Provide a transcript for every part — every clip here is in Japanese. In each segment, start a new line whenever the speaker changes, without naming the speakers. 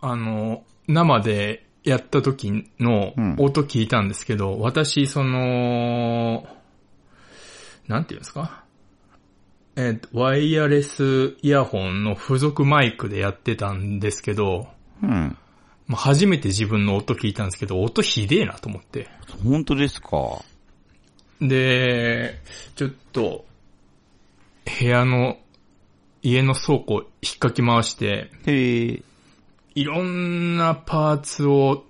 あの、生でやった時の
うん
音聞いたんですけど、私、その、なんていうんですかえっと、ワイヤレスイヤホンの付属マイクでやってたんですけど、
うん。
まあ初めて自分の音聞いたんですけど、音ひでえなと思って。
本当ですか。
で、ちょっと、部屋の、家の倉庫引っかき回して、
へえ。
いろんなパーツを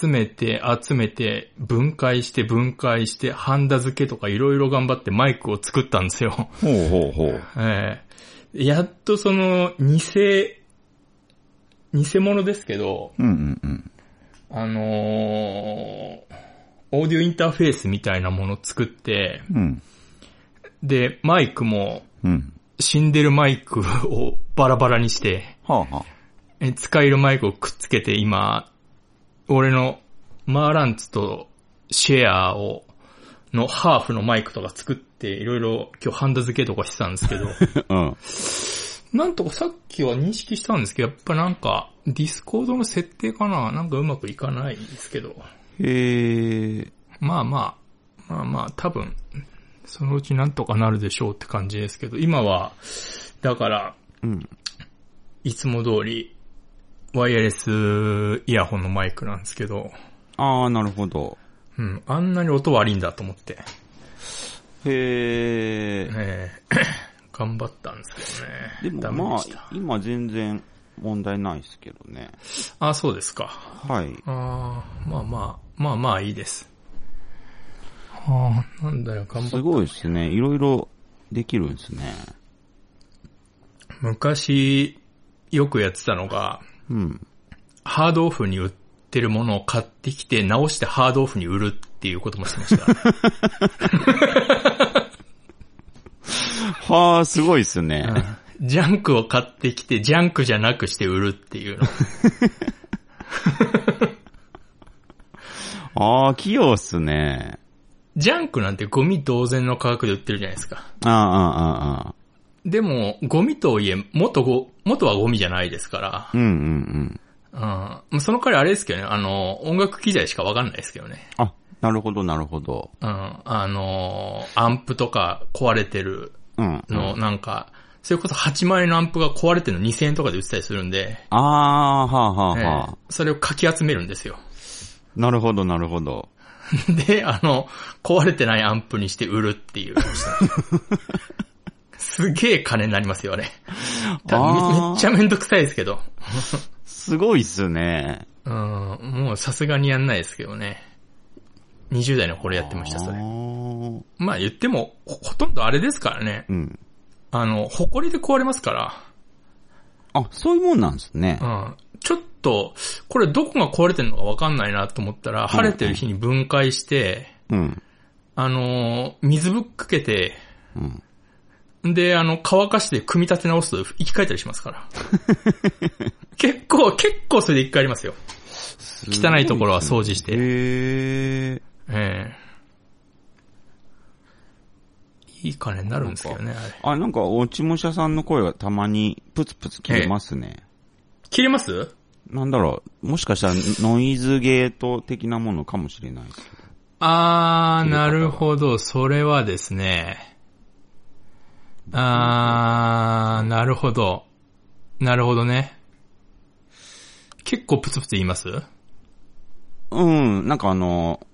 集めて、集めて、分解して、分解して、ハンダ付けとかいろいろ頑張ってマイクを作ったんですよ。
ほうほうほう。
ええやっとその、偽、偽物ですけど、
うんうんうん。
あのーオーディオインターフェースみたいなもの作って、
うん。
で、マイクも
うん。
死んでるマイクをバラバラにして、
はあは
え使えるマイクをくっつけて今、俺のマーランツとシェアを、のハーフのマイクとか作って、いろいろ今日ハンダ付けとかしてたんですけど、
あ。うん。
なんとかさっきは認識したんですけど、やっぱなんか、ディスコードの設定かななんかうまくいかないですけど。
へえ。
まあまあ、まあまあ、多分、そのうちなんとかなるでしょうって感じですけど、今は、だから、
うん。
いつも通り、ワイヤレスイヤホンのマイクなんですけど、
ああ、なるほど。
うん、あんなに音悪いんだと思って、
へえ。
えー 頑張ったんですけ
で
どね。ダメ
もま
で
あ
した。、
今全然問題ないですけどね。
あ、そうですか。
はい。
あーまあまあ、まあまあいいです。ああ、なんだよ、頑張
す
っ
ごいですね。いろいろできるんですね。
昔、よくやってたのが、
うん。
ハードオフに売ってるものを買ってきて、直してハードオフに売るっていうこともしてま した。
はあ、すごいですね。
ジャンクを買ってきて、ジャンクじゃなくして売るっていうの。
ああ、器用っすね。
ジャンクなんてゴミ同然の価格で売ってるじゃないですか。
ああ、ああ、ああ。
でも、ゴミとはいえ、元ご、元はゴミじゃないですから
うん、うんうん。
うんまあ。その代わりあれですけどね、あの、音楽機材しかわかんないですけどね。
あ、なるほど、なるほど。
うん。あの、アンプとか壊れてる
うん。うん
の、なんか、それこそ8万円のアンプが壊れてるの2000円とかで売ってたりするんで、
ああ、はあ、はあ、は
え
あ
え。それをかき集めるんですよ。
なるほど、なるほど。
で、あの、壊れてないアンプにして売るって いう。すげえ金になりますよ、あれ。た
あー
めめっちゃめんどくさいですけど。
すごいっすね。
うん、もうさすがにやんないですけどね。20代の頃やってました、そ
あ
れ。
ー
まあ言っても、ほほとんどあれですからね
う。ん。
あの、埃で壊れますから。
あ、そういうもんなんですね。
うんちょっと、これどこが壊れてるのかわかんないなと思ったら、晴れてる日に分解して、
うん。
あのー、水ぶっかけて、
うん。
で、あの、乾かして組み立て直すと生き返ったりします から。結構、結構それで生き返りますよ。汚いところは掃除して。
へえ。
ええいい金になるんですけどね、あれ。
あ、なんか、落ち武者さんの声がたまにプツプツ切れますね。
切れます
なんだろう、もしかしたらノイズゲート的なものかもしれないですけど。
あー、
切れ方
な
が
るほど。それはですね。あー、なるほど。なるほどね。結構プツプツ言います
うん、なんかあの、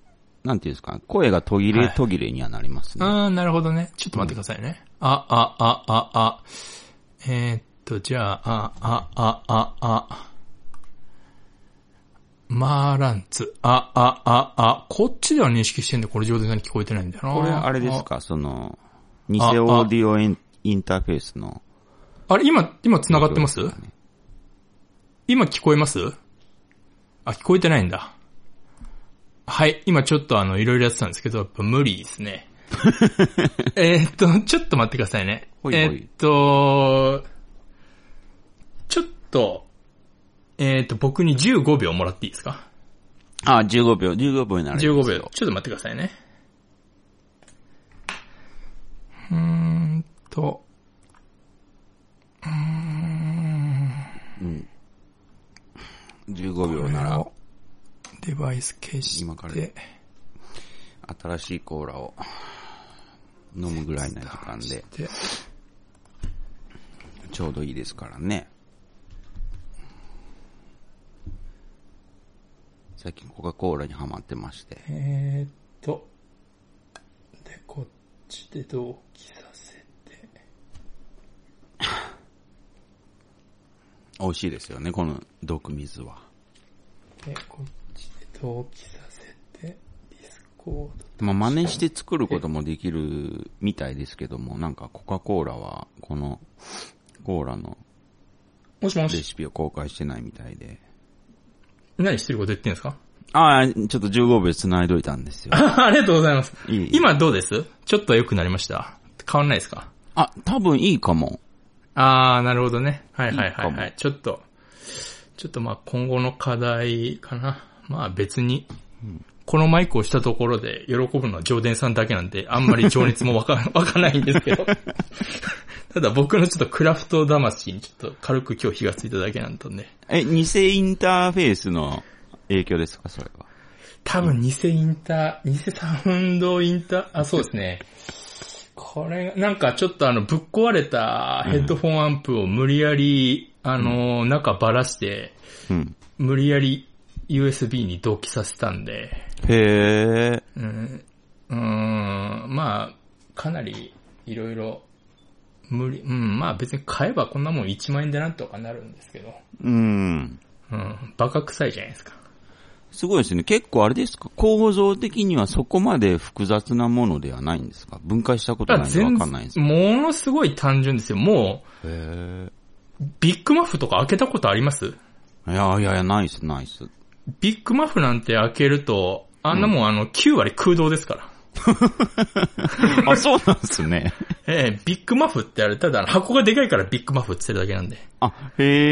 なんていうんですか、声が途切れ途切れにはなりますね。
あー、なるほどね。ちょっと待ってくださいね。あ、あ、あ、あ、あ。えーっと、じゃあ、あ、あ、あ、あ、あ。マーランツ。あ、あ、あ、あ。こっちでは認識してんで、これ上手に聞こえてないんだよな。
これ、あれですか、その、偽オーディオインインターフェースの。
あれ、今、今繋がってます今聞こえますあ、聞こえてないんだ。はい、今ちょっとあの、いろいろやってたんですけど、やっぱ無理です ね。えーっと、ちょっと待ってくださいね。
ほいほい
えーっと、ちょっと、えーっと、僕に15秒もらっていいですか
あ、15秒、15秒になる。
?15 秒。ちょっと待ってくださいね。うーんと、うーん。バイス消して。
今から新しいコーラを飲むぐらいな時間で、
で
ちょうどいいですからね。最近コカ・コーラにハマってまして。
えー、っと。で、こっちで同期させて。
美味しいですよね、この毒水は。
で、こっちで同期させて。ディスコード。
まあ、真似して作ることもできるみたいですけども、なんかコカ・コーラは、この、コーラの
もしも
レ
し。
シピを公開してないみたいで。
何してること言ってんですか
ああ、ちょっと15秒繋いどいたんですよ。
ありがとうございます。
いい
今どうですちょっとは良くなりました。変わんないですか
あ、多分いいかも。
あー、なるほどね。はいはいはい
いいか
はい。ちょっと、ちょっとまあ今後の課題かな。まあ別に、このマイクをしたところで喜ぶのは上田さんだけなんで、あんまり情熱もわか、 わかないんですけど。ただ僕のちょっとクラフト魂にちょっと軽く今日火がついただけなんだね。
え、偽インターフェースの影響ですか、それは。
多分偽インター、偽サウンドインター、あ、そうですね。これ、なんかちょっとあの、ぶっ壊れたヘッドフォンアンプを無理やり、あの、中ばらして、
うん。
無理やり USB に同期させたんで、
へえ。
うん、うーんまあ、かなりいろいろ、無理、うん、まあ別に買えばこんなもん1万円でなんとかなるんですけど、
うん。
うん、バカ臭いじゃないですか。
すごいですね。結構あれですか構造的にはそこまで複雑なものではないんですか分解したことないんでわかんないんですか
ものすごい単純ですよ。も
へえ。
う、ビッグマフとか開けたことあります
いやいやいや、ナイスナイス。
ビッグマフなんて開けると、あんなもんあの、9割空洞ですから。
あ、そうなんですね。
ええビッグマフってあれ、ただあの箱がでかいからビッグマフって言ってるだけなんで。
あ、へ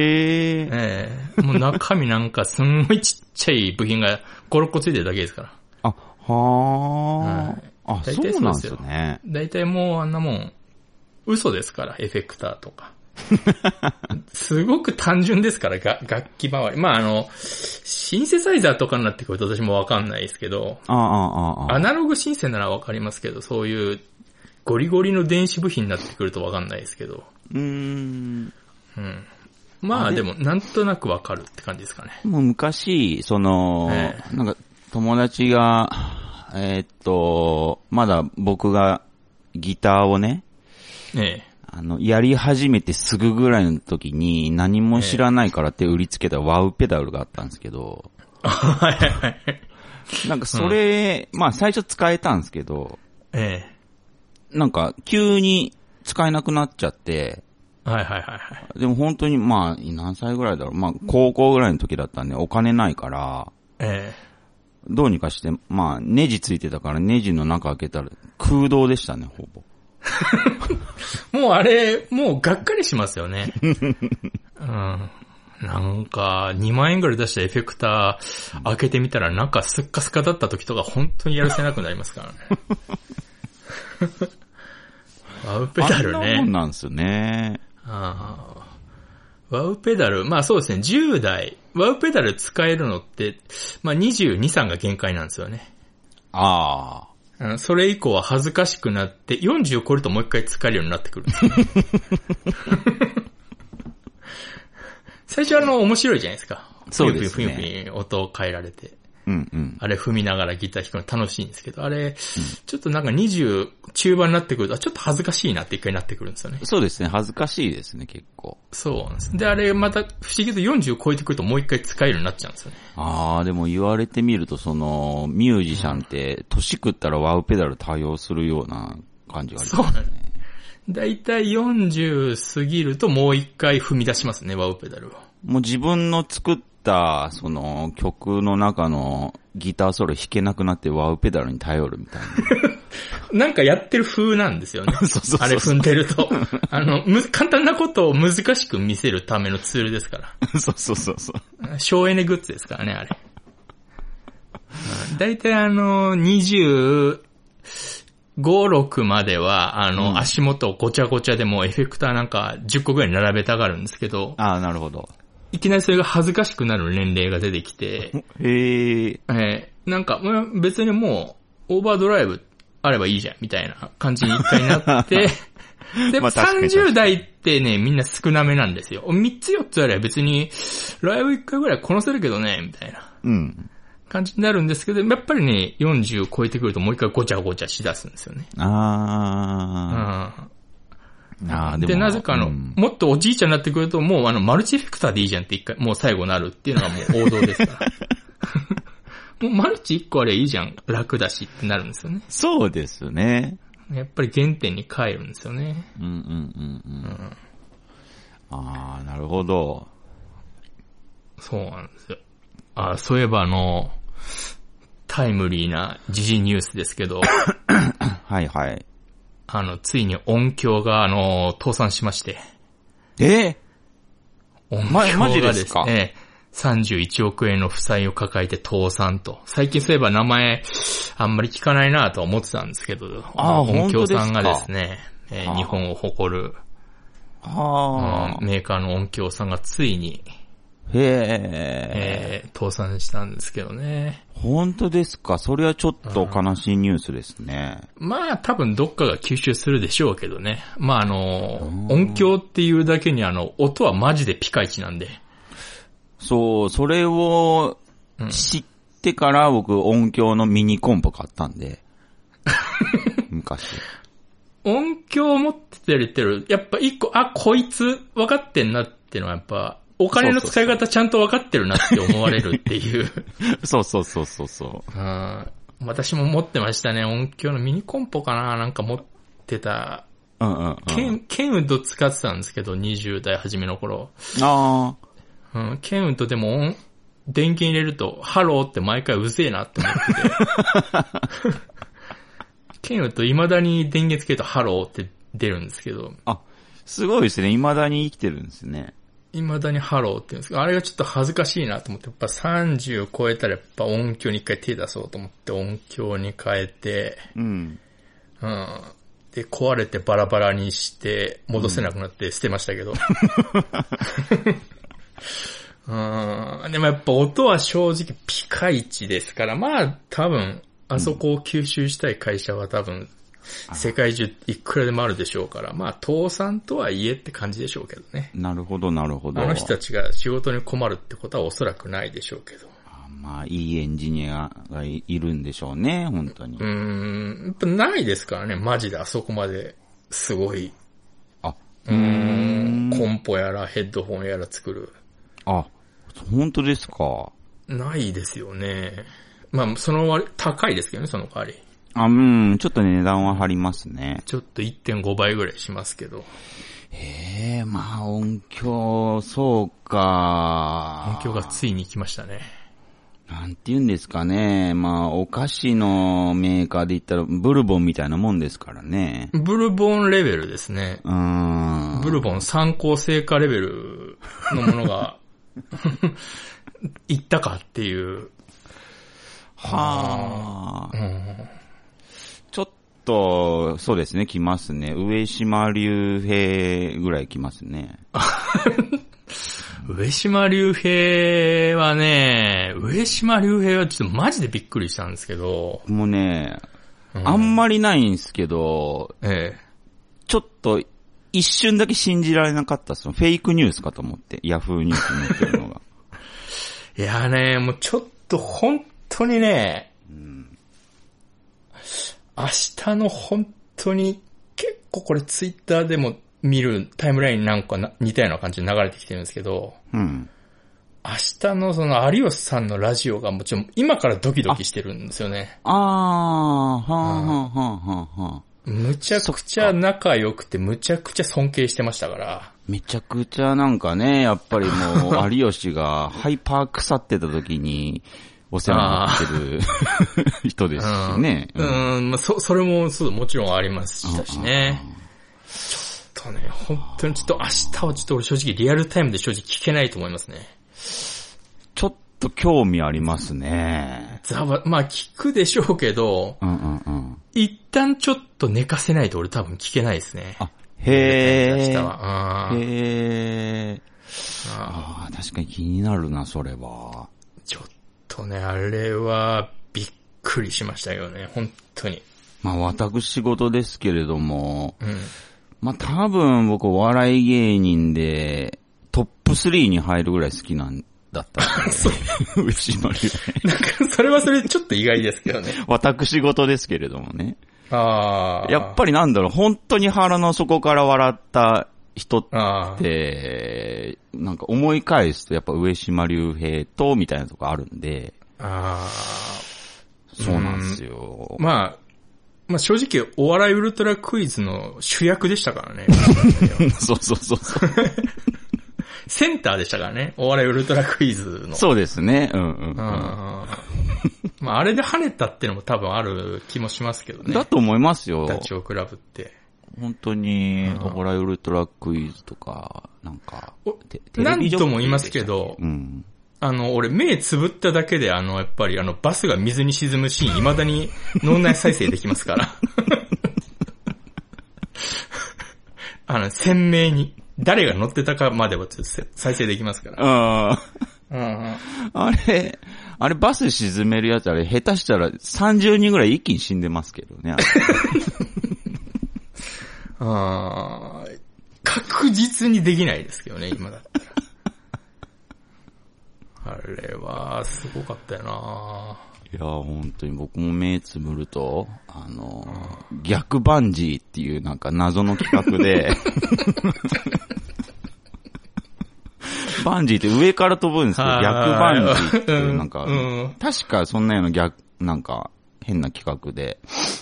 え。
ええもう中身なんかすんごいちっちゃい部品が5、6個ついてるだけですから。
あ、は
はい
あ。あ、
大
そ
体そ
うなんで
うです
す
よ
ね。
大体もうあんなもん、嘘ですから、エフェクターと か。すごく単純ですから、が楽器周り。まあ、あの、シンセサイザーとかになってくると私もわかんないですけど、
ああ、ああ、
ア
あ
ナログシンセならわかりますけど、そういうゴリゴリの電子部品になってくるとわかんないですけど。
うーん。
うん。まあ
あれ
でも、なんとなくわかるって感じですかね。
もう昔、その、
え
なんか友達が、えーっと、まだ僕がギターをね、
ええ。
あの、やり始めてすぐぐらいの時に何も知らないからって売りつけたワウペダルがあったんですけど、
はいはいはい。
なんかそれ、まあ最初使えたんですけど、
え
なんか急に使えなくなっちゃって、
え。はいはいはいはい。
でも本当にまあ何歳ぐらいだろう、まあ高校ぐらいの時だったんでお金ないから、
え
どうにかして、まあ、ネジついてたからネジの中開けたら空洞でしたね、ほぼ。
え。もうあれ、もうがっかりしますよ ね。うん。なんか、2万円ぐらい出したエフェクター開けてみたら中スッカスカだった時とか本当にやるせなくなります からね。ワウペダルね。
あんなもんなんですよね。
ああ。ワウペダル、まあそうですね、10代、ワウペダル使えるのって、まあ22、3が限界なんですよね。
ああ。
うんそれ以降は恥ずかしくなって、40を超えるともう一回使えるようになってくる。 最初はあの、面白いじゃないですか。
そうですね
ふゆふゆふゆ音を変えられて。
うんうん。
あれ踏みながらギター弾くの楽しいんですけど、あれ、ちょっとなんか20中盤になってくると、あちょっと恥ずかしいなって一回なってくるんですよね。
そうですね、恥ずかしいですね、結構。
そうなんです。で、あれ、また、不思議と40超えてくるともう一回使えるようになっちゃうんですよね。
ああ、でも言われてみると、その、ミュージシャンって、年食ったらワウペダル対応するような感じがあり
そう
ます
な
ね
ん。です。だいたい40過ぎるともう一回踏み出しますね、ワウペダルを。
もう自分の作った、その、曲の中のギターソロ弾けなくなってワウペダルに頼るみたい
なんかやってる風なんですよ ね。
な。そうそうそう。
あれ踏んでると。 あの、む、簡単なことを難しく見せるためのツールですか
そうそうそうそう。
ら。省エネグッズですからね、あれ。うんだいたいあの、20、5、6までは、あの、足元ごちゃごちゃでもうエフェクターなんか10個ぐらい並べたがるんですけど、
ああ、なるほど。
いきなりそれが恥ずかしくなる年齢が出てきて、
へえ。
えーなんか、まあ別にもう、オーバードライブあればいいじゃん、みたいな感じに一回なって、 でも
まあ確かに
30代ってね、みんな少なめなんですよ。3つ4つあれば別に、ライブ1回ぐらいこなせるけどね、みたいな
うん。
感じになるんですけど、やっぱりね、40超えてくるともう一回ごちゃごちゃしだすんですよね。う
あ
ん。
ー。あー
で、なぜかあの、
うん
もっとおじいちゃんになってくると、もうあの、マルチエフェクターでいいじゃんって一回、もう最後なるっていうのがもう王道です から。もうマルチ一個あればいいじゃん。楽だしってなるんですよね。
そうですね。
やっぱり原点に帰るんですよね。
うんうんうんうん。ああ、なるほど。
そうなんですよ。あ、そういえばあの、タイムリーな時事ニュースですけ ど、
はいはい。
あの、ついに音響があの、倒産しまして。
え
音
ま
響
マジ
がで
で
すす
か
ね、31億円の負債を抱えて倒産と。最近そういえば名前、あんまり聞かないなとは思ってたんですけど、
あー
音響さんが
本当で
です
か
すね、え
あ
ー
ー
日本を誇る
あ
うんメーカーの音響さんがついに、
あ。へえ。
えー倒産したんですけどね。
本当ですか。それはちょっと悲しいニュースですね。
まあ多分どっかが吸収するでしょうけどね。まああの、音響っていうだけにあの、音はマジでピカイチなんで。
そう、それを知ってから僕音響のミニコンポ買ったん で。昔。
音響を持ってるってる、やっぱ一個、あ、こいつ分かってんなっていうのはやっぱ、お金の使い方ちゃんと分かってるなって思われるって いう。
そうそうそうそうそ
うん、私も持ってましたね。音響のミニコンポかななんか持ってた。
う。うんうん、うん。
ケン、ケンウッド使ってたんですけど、20代初めの頃。
ああ。
うん、ケンウッドでも音、電源入れると、ハローって毎回うぜえなって思ってて。ケンウッド未だに電源つけるとハローって出るんですけど。
あ、すごいですね。未だに生きてるんですね。
未だにハローって言うんですけど、あれがちょっと恥ずかしいなと思って、やっぱ30超えたらやっぱ音響に一回手出そうと思って音響に変えて、
うん。
うん。で、壊れてバラバラにして、戻せなくなって捨てましたけど。 うん、でもやっぱ音は正直ピカイチですから、まあ多分、あそこを吸収したい会社は多分、世界中いくらでもあるでしょうから、まあ倒産とはいえって感じでしょうけどね。
なるほど、なるほど。
あの人たちが仕事に困るってことはおそらくないでしょうけど。
あまあ、いいエンジニアがいいるんでしょうね、本当に。
うーん、やっぱないですからね、マジであそこまで、すごい、
あ、
うーん、コンポやらヘッドホンやら作る。
あ、本当ですか。
ないですよね。まあ、その割、高いですけどね、その代わり。
あ、うん、ちょっと値段は張りますね。
ちょっと1.5倍ぐらいしますけど。
ええまあ音響、そうか。
音響がついに来ましたね。
なんて言うんですかね。まあ、お菓子のメーカーで言ったら、ブルボンみたいなもんですからね。
ブルボンレベルですね。
うーん。
ブルボン参考成果レベルのものが、 いったかっていう。
はあ、ちょっと、そうですね、来ますね。上島竜兵ぐらい来ますね。
上島竜兵はね、上島竜兵はちょっとマジでびっくりしたんですけど、
もうね、あんまりないんですけど、
え
ちょっと、一瞬だけ信じられなかったっすよ。フェイクニュースかと思って、ヤフーニュースに載ってるのが。
え。いやね、もうちょっと本当にね、明日の本当に結構これツイッターでも見るタイムラインなんかな似たような感じで流れてきてるんですけど、
うん。
明日のその有吉さんのラジオがもちろん今からドキドキしてるんですよね。
あー、はあ、はあ、はあ、はあ。
むちゃくちゃ仲良くてむちゃくちゃ尊敬してましたから。
めちゃくちゃなんかね、やっぱりもう、有吉がハイパー腐ってた時に、お世話になってる人ですしね。
う
うん
ん、まあ、そ、それも、そう、もちろんありましたしね。ちょっとね、本当にちょっと明日はちょっと俺正直リアルタイムで正直聞けないと思いますね。
ちょっと興味ありますね。
ざわ、まあ聞くでしょうけど、
うんうんうん。
一旦ちょっと寝かせないと俺多分聞けないですね。
あ、
明
へ
日
ー。
は。うん
へー。
あ
ああ、確かに気になるな、それは。
ちょっとね、あれは、びっくりしましたよね、本当に。
まあ私事ですけれども、
うん。
まあ多分僕お笑い芸人でトップ3に入るぐらい好きなんだったんで。そう。牛丸ね。
なんか、それはそれでちょっと意外ですけどね。
私事ですけれどもね。
ああ。
やっぱりなんだろう、本当に腹の底から笑った人っ
ああ。
て、なんか思い返すとやっぱ上島竜兵とみたいなとこあるんで、
あ
そうなんですよ
あ。。まあ、まあ正直、お笑いウルトラクイズの主役でしたからね。
そうそうそうそう。
センターでしたからね。お笑いウルトラクイズの。
そうですね。うんうん、
う
うん。
ん。まあ、あれで跳ねたってのも多分ある気もしますけどね。
だと思いますよ。
ダチョウ倶楽部って。
本当に、お笑いウルトラクイズとか、なんか
お、
てテレビ
何
ジョッキー
とも言いますけど、
うん。
あの、俺目つぶっただけで、あの、やっぱりあの、バスが水に沈むシーン、未だに脳内再生できますから。あの、鮮明に、誰が乗ってたかまではちょっと再生できますから。
あ
うん
ー あれ、あれバス沈めるやつ、あれ下手したら30人ぐらい一気に死んでますけどね。あれ
あー確実にできないですけどね、今だったら。あれは、すごかったよない
や、本当に僕も目つぶると、あの、逆バンジーっていうなんか謎の企画で、バンジーって上から飛ぶんですけど、逆バンジーっていうなんか、
うん
確かそんなような逆、なんか、変な企画で、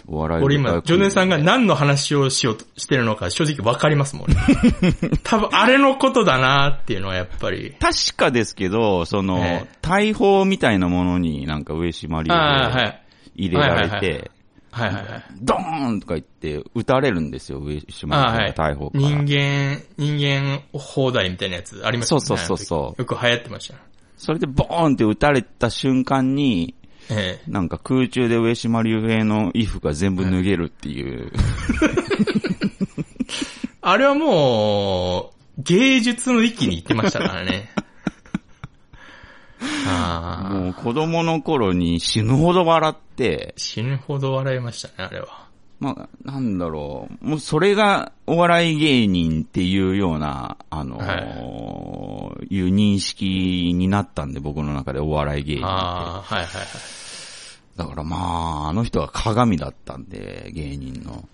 お笑い
俺今、ジョネさん
が、
が何の話をしようとしてるのか正直わかりますもんね。 多分あれのことだなっていうのはやっぱり。
確かですけど、その、
ええ
大砲みたいなものになんか上島竜
ああ、は
兵
い。
入れられて、
はいはいはいはいはいはい。
ドーンとか言って撃たれるんですよ、上島
ああは
竜兵
い
が大砲。から。
人間、人間放題みたいなやつありましたね。
そうそうそうそう
あの時よく流行ってましたね。
それでボーンって撃たれた瞬間に、
ええ。
なんか空中で上島竜兵の衣服が全部脱げるっていう。
あれはもう、芸術の域に行ってましたからね。ああ、
もう子供の頃に死ぬほど笑って、
死ぬほど笑いましたね、あれは。
まあ、なんだろう。もうそれがお笑い芸人っていうような、あのーいう認識になったんで、僕の中でお笑い芸人って。
ああ、はいはいはい。
だからまあ、あの人は鏡だったんで、芸人の。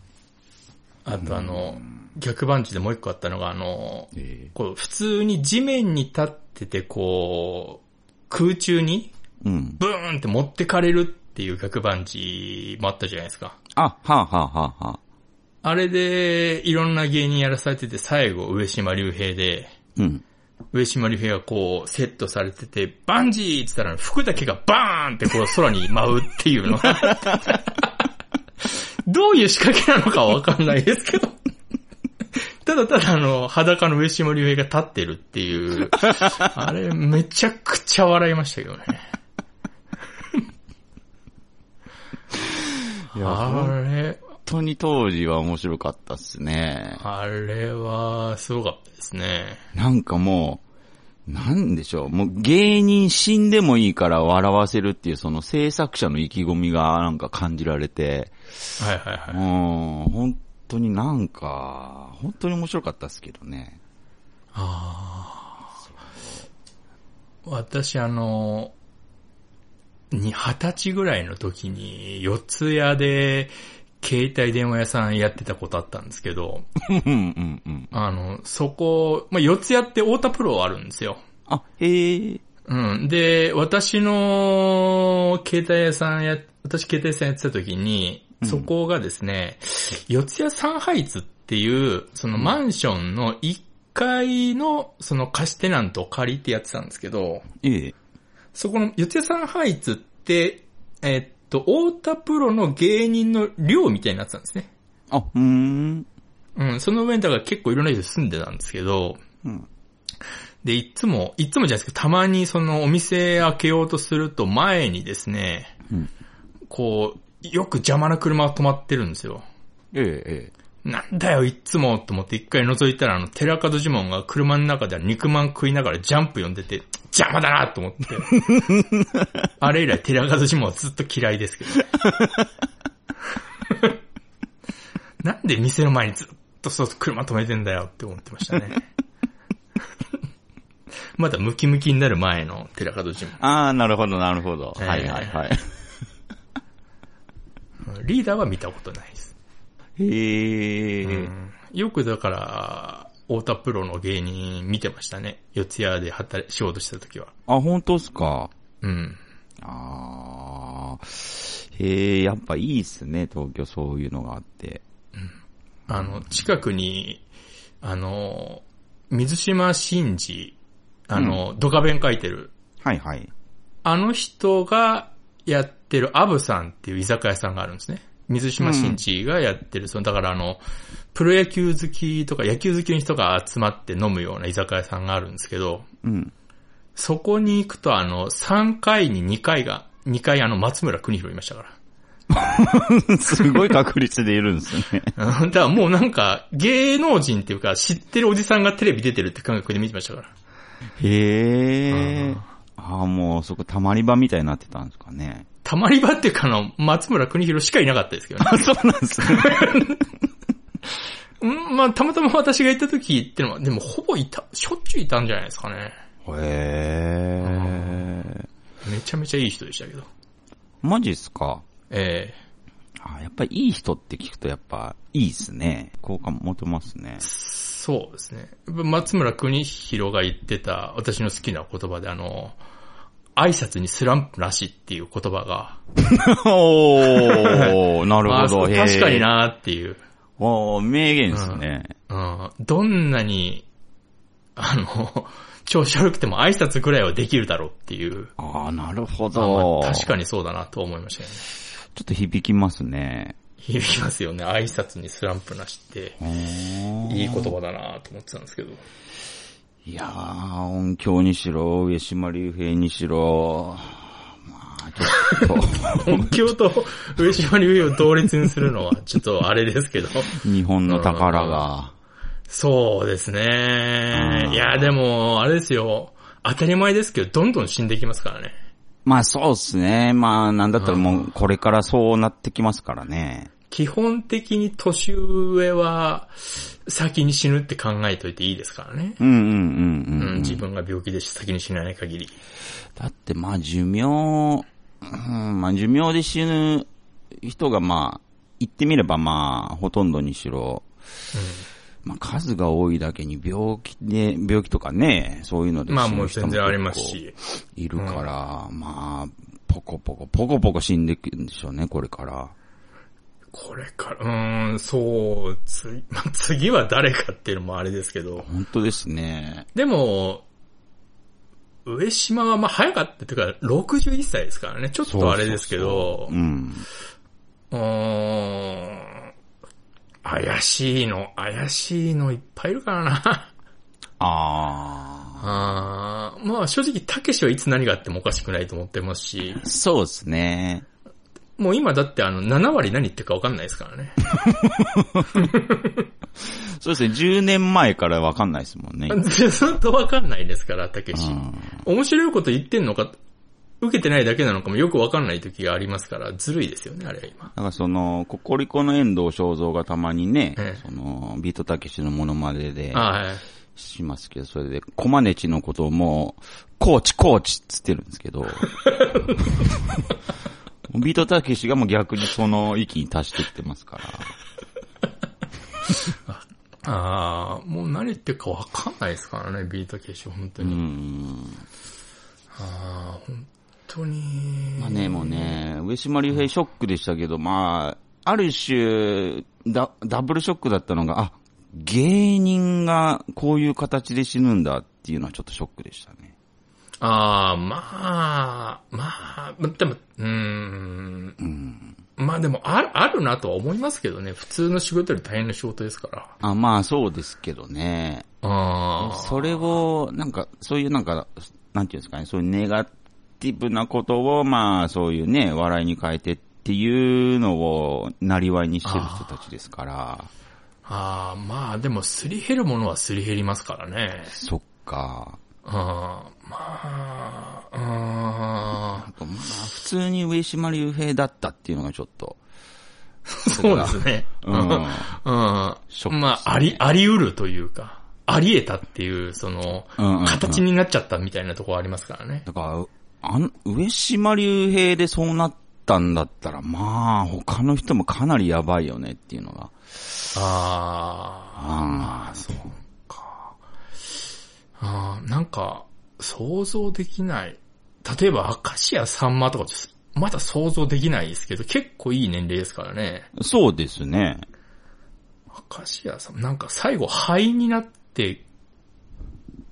あとあの、逆バンジでもう一個あったのが、あの、
え
こう、普通に地面に立ってて、こう、空中に、
えうん。
ブーンって持ってかれるっていう逆バンジもあったじゃないですか。
あ、はあ、はあはあはあ、
あれで、いろんな芸人やらされてて、最後、上島竜兵で、
うん。
上島竜兵がこう、セットされてて、バンジーって言ったら、服だけがバーンってこう、空に舞うっていうのが、 どういう仕掛けなのかはわかんないですけど、ただただあの、裸の上島竜兵が立ってるっていう、あれ、めちゃくちゃ笑いましたけどね。
いや
あれ、
本当に当時は面白かったっすね。
あれは、すごかったですね。
なんかもう、なんでしょう、もう芸人死んでもいいから笑わせるっていうその制作者の意気込みがなんか感じられて、
はいはいは
う
い
ん、。本当になんか、本当に面白かったっすけどね。
私、あの、に二十歳ぐらいの時に、四ツ谷で、携帯電話屋さんやってたことあったんですけど、
うんうんうん。
あの、そこ、まあ、四ツ谷って太田プロあるんですよ。
あ、へえ。
うん。で、私の携帯屋さんや、私携帯屋さんやってた時に、そこがですね、四ツ谷サンハイツっていう、そのマンションの1階の、その貸しテナントを借りてやってたんですけど、
ええ。
そこの、四谷さんハイツって、えっと、太田プロの芸人の寮みたいになってたんですね。
あ、うーん。
うん、その上にだから結構いろんな人住んでたんですけど、
うん
で、いつも、いつもじゃないですけど、たまにそのお店開けようとすると前にですね、
うん
こう、よく邪魔な車が止まってるんですよ。
ええ、ええ。
なんだよ、いっつも、と思って一回覗いたら、あの、寺門ジモンが車の中で肉まん食いながらジャンプ読んでて、邪魔だなと思って。あれ以来、寺門ジモンはずっと嫌いですけど。なんで店の前にずっとそう、車止めてんだよって思ってましたね。まだムキムキになる前の寺門ジモン。
ああ、なるほど、なるほど。
えー
はいはいはい。
リーダーは見たことないです。
へえ、
よくだから、太田プロの芸人見てましたね。四谷で働い仕事した時は。
あ、本当っすか。
うん。
ああ。へえ、やっぱいいっすね、東京そういうのがあって。
あの、近くに、あの、水島真司、あの、ドカ弁書いてる。
はいはい。
あの人がやってるアブさんっていう居酒屋さんがあるんですね。水島真司がやってる、その、だからあの、プロ野球好きとか野球好きの人が集まって飲むような居酒屋さんがあるんですけど、
うん。
そこに行くとあの、3回に2回が、2回あの、松村邦弘いましたから。
すごい確率でいるんですね。
うんだからもうなんか、芸能人っていうか、知ってるおじさんがテレビ出てるって感覚で見てましたから。う
へえ。ああ、もうそこ溜まり場みたいになってたんですかね。
たまり場っていうかあの、松村邦弘しかいなかったですけどね。
あ そうなんですね。
うん、まあ、たまたま私が行った時ってのは、でもほぼいた、しょっちゅういたんじゃないですかね。
へえ。
めちゃめちゃいい人でしたけど。
マジっすか。
ええ
あやっぱいい人って聞くとやっぱいいっすね。好感持てますね。
そうですね。松村邦弘が言ってた、私の好きな言葉であの、挨拶にスランプなしっていう言葉が、
お ー、なる
まあ、
ほど。
確
へー
かに。なーっていう。
おー、名言ですね。
うんどんなに、あの、 調子悪くても挨拶ぐらいはできるだろうっていう。
あー、なるほ
まあま
ど。
あ確かにそうだなと思いましたよね。
ちょっと響きますね。
響きますよね。挨拶にスランプなしって、
おー
いい言葉だなと思ってたんです けど。
いやー、音響にしろ、上島竜兵にしろ、まあ、ちょっ
音響と上島竜兵を同列にするのはちょっとあれですけど。
と、日本の宝 が。
そうですね
う。ん
いや、でも、あれですよ。当たり前ですけど、どんどん死んでいきますからね。
まあそうっすね。まあなんだったらもうこれからそうなってきますからね。
基本的に年上は先に死ぬって考えといていいですからね。
うんうんうんうん。
うん、自分が病気で先に死なない限り。
だってまあ寿命、うん、まあ寿命で死ぬ人がまあ、言ってみればまあ、ほとんどにしろ、まあ数が多いだけに病気で、病気とかね、そういうので
まあ
死
も
ぬ
う
人も
全
結
然
構
ありますし。
いるから、まあ、ポコポコ、ポコポコ死んでいくんでしょうね、これから。
これから、うーん、そう、つ、まあ、次は誰かっていうのもあれですけど。
本当ですね。
でも、上島はまあ早かったっていうか、61歳ですからね。ちょっとあれですけど、
うん。
うーん、怪しいの、怪しいのいっぱいいるからな。
あ
あーまあ正直、たけしはいつ何があってもおかしくないと思ってますし、
ー。そうですね。
もう今だってあの、7割何言ってるかわかんないですからね。
そうですね。10年前からわかんないですも んね。
ずっとわかんないですから、たけし
う。ん
面白いこと言ってんのか、受けてないだけなのかもよくわかんない時がありますから、ずるいですよね、あれは今。
なんかその、ココリコの遠藤正造がたまにね、
ええ
その、ビートたけしのモノマネで
ああはい。
しますけど、それで、コマネチのことをもう、コーチコーチっつってるんです けど、ビートたけしがもう逆にその域に達してきてますから。
ああ、もう何言ってるかわかんないですからね、ビート決勝、本当
う
に。
ん。
ああ、本当に。
まあね、もうね、上島竜兵ショックでしたけど、まあ、ある種、ダダブルショックだったのが、あ、芸人がこういう形で死ぬんだっていうのはちょっとショックでしたね。
ああ、まあ、まあ、でも、うーん。まあでもあ、あるなとは思いますけどね。普通の仕事より大変な仕事ですから。
あ、まあそうですけどね。
ああ。
それを、なんか、そういうなんか、なんていうんですかね、そういうネガティブなことを、まあそういうね、笑いに変えてっていうのを、なりわいにしてる人たちですから。
ああ、まあでも、すり減るものはすり減りますからね。
そっか。
ああ、まあ、あ
まあ、普通に上島竜兵だったっていうのがちょっと。
あ、そうですね。
うん。
うん。
うんショックっすね
まあ、あり、あり得るというか、あり得たっていう、その、
うんうん
形になっちゃったみたいなところありますからね。
だから、あん、上島竜兵でそうなったんだったら、まあ、他の人もかなりやばいよねっていうのが。
あ
あ
あ、そうか。ああ、なんか、想像できない。例えば、明石家さんまとか、まだ想像できないですけど、結構いい年齢ですからね。
あ、そうですね。
明石家さん、なんか最後灰になって、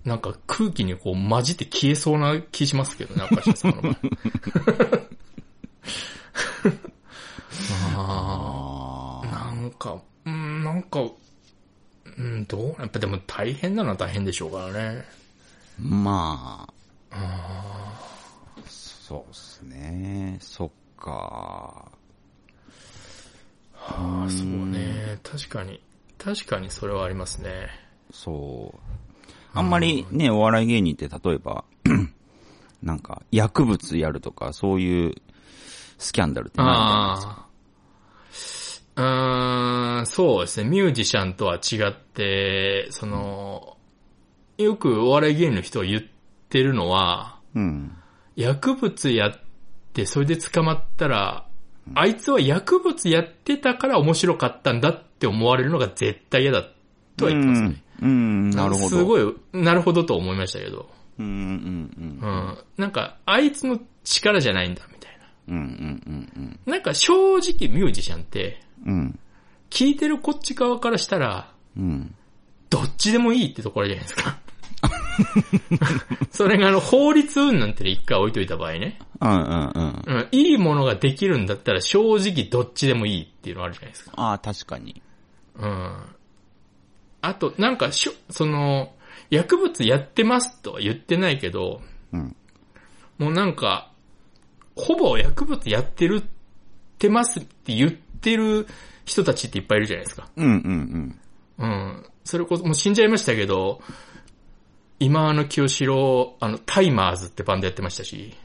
なんか空気にこう混じって消えそうな気しますけどね、明石家さんの場合。あ
あ
あ、なんか、うん、なんか、うん、どうやっぱでも大変なのは大変でしょうからね。
あ、まあ。そうですね。そっか。
ああ、そうね。確かに。確かにそれはありますね。
そう。あんまりね、お笑い芸人って例えば、なんか、薬物やるとか、そういうスキャンダルってないじゃない
ああ。うーん、そうですね。ミュージシャンとは違って、その、よくお笑い芸人の人が言ってるのは、
うん。
薬物やって、それで捕まったら、あいつは薬物やってたから面白かったんだって思われるのが絶対嫌だとは言ってますね。
うん、うん、なるほど。
す
い。
ごい、なるほどと思いましたけど。
うん、うん
う、ん。なんか、あいつの力じゃないんだ、みたい
うん。うん、うん、うん、
な。なんか、正直ミュージシャンって、
うん。うん、
聞いてるこっち側からしたら、
うん。
どっちでもいいってところじゃないですか。 それがあの、法律運なんて一回置いといた場合ね。
うん、うん、うん。
うん、いいものができるんだったら正直どっちでもいいっていうのあるじゃないですか。
ああ、確かに。
うん。あと、なんかしょ、その、薬物やってますとは言ってないけど、
うん。
もうなんか、ほぼ薬物やってる、ってますって言ってる人たちっていっぱいいるじゃないですか。
うん、うん、う
う
ん。
ん。それこそ、もう死んじゃいましたけど、今あの清志郎、あの、タイマーズってバンドやってましたし、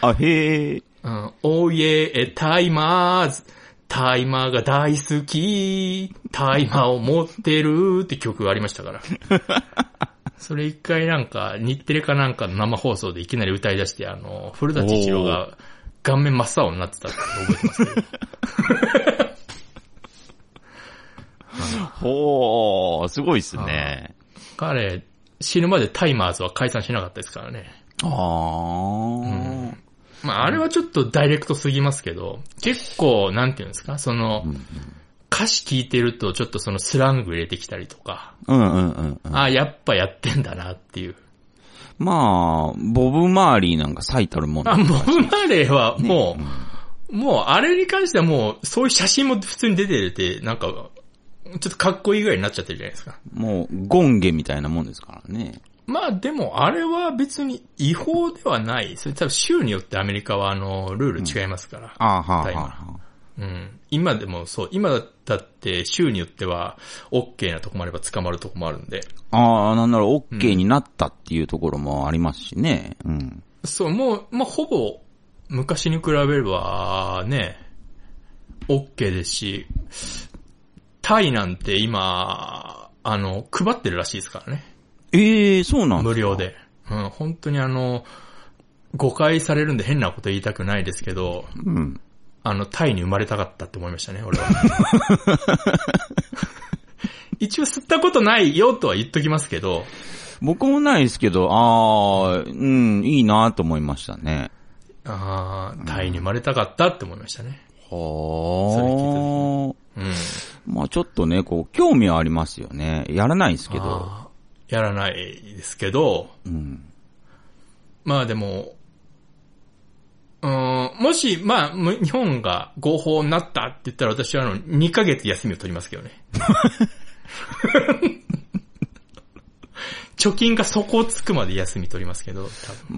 あ、へえ。
うん、おいえ、タイマーズ、タイマーが大好き、タイマーを持ってるって曲がありましたから。それ一回なんか、日テレかなんかの生放送でいきなり歌い出して、あの、古舘一郎が顔面真っ青になってたって覚えてますけど。
ほー、すごいっすね。
彼、死ぬまでタイマーズは解散しなかったですからね。
あー。
まあ、あれはちょっとダイレクトすぎますけど、結構、なんていうんですか、その、歌詞聞いてるとちょっとそのスラング入れてきたりとか、
うん、うん、うん。うん
ああ、やっぱやってんだなっていう。
まあ、ボブ・マーリーなんか最たるもんだ
あ、ボブ・マーレーはもう、もうあれに関してはもう、そういう写真も普通に出てて、なんか、ちょっとかっこいいぐらいになっちゃってるじゃないですか。
もう、ゴンゲみたいなもんですからね。
まあでも、あれは別に違法ではない。それ多分州によってアメリカはあの、ルール違いますから。
ああ、はあ、
タイ
は
マー
あは
うん。今でもそう、今だって州によっては、OK なとこもあれば捕まるとこもあるんで。
あ。ああ、なんなら OK になったっていうところもありますしね。うん。
そう、もう、まあ、ほぼ、昔に比べれば、ね、OK ですし、タイなんて今、あの、配ってるらしいですからね。
ええそうなん
無料で。うん、本当にあの、誤解されるんで変なこと言いたくないですけど、
うん。
あの、タイに生まれたかったって思いましたね、俺は。 一応吸ったことないよとは言っときますけど、
僕もないですけど、ああ、うん、いいなと思いましたね。
あータイに生まれたかったって思いましたね。れ聞
はあ。
うん。
まあちょっとね、こう、興味はありますよね。やらないですけど。
あーやらないですけど、
うん。
まあでも、うーん、もし、まあ、む日本が合法になったって言ったら私はあの、2ヶ 月休みを取りますけどね。 貯金が底つくまで休み取りますけど、多分。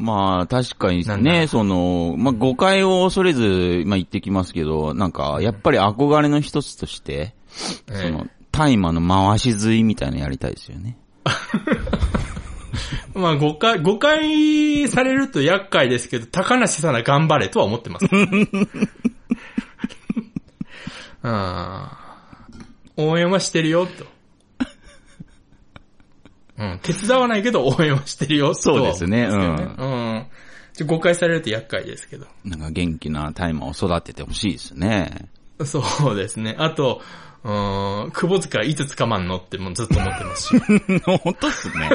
まあ、確かに
なん
ね、
だ
その、まあ、誤解を恐れず、まあ、言ってきますけど、なんか、やっぱり憧れの一つとして、その、大麻の回し吸いみたいなのやりたいですよね。
まあ、誤解、誤解されると厄介ですけど、高梨さな頑張れとは思って ます。うん。応援はしてるよ、 と。うん。手伝わないけど応援はしてるよ、とは思ってますけど
そうですね
うん。ちょ誤解されると厄介ですけど。
なんか元気な大麻を育ててほしいですね。
そうですね。あと、うん、窪塚いつ捕まんのってもうずっと思って ますし。
本当っすね。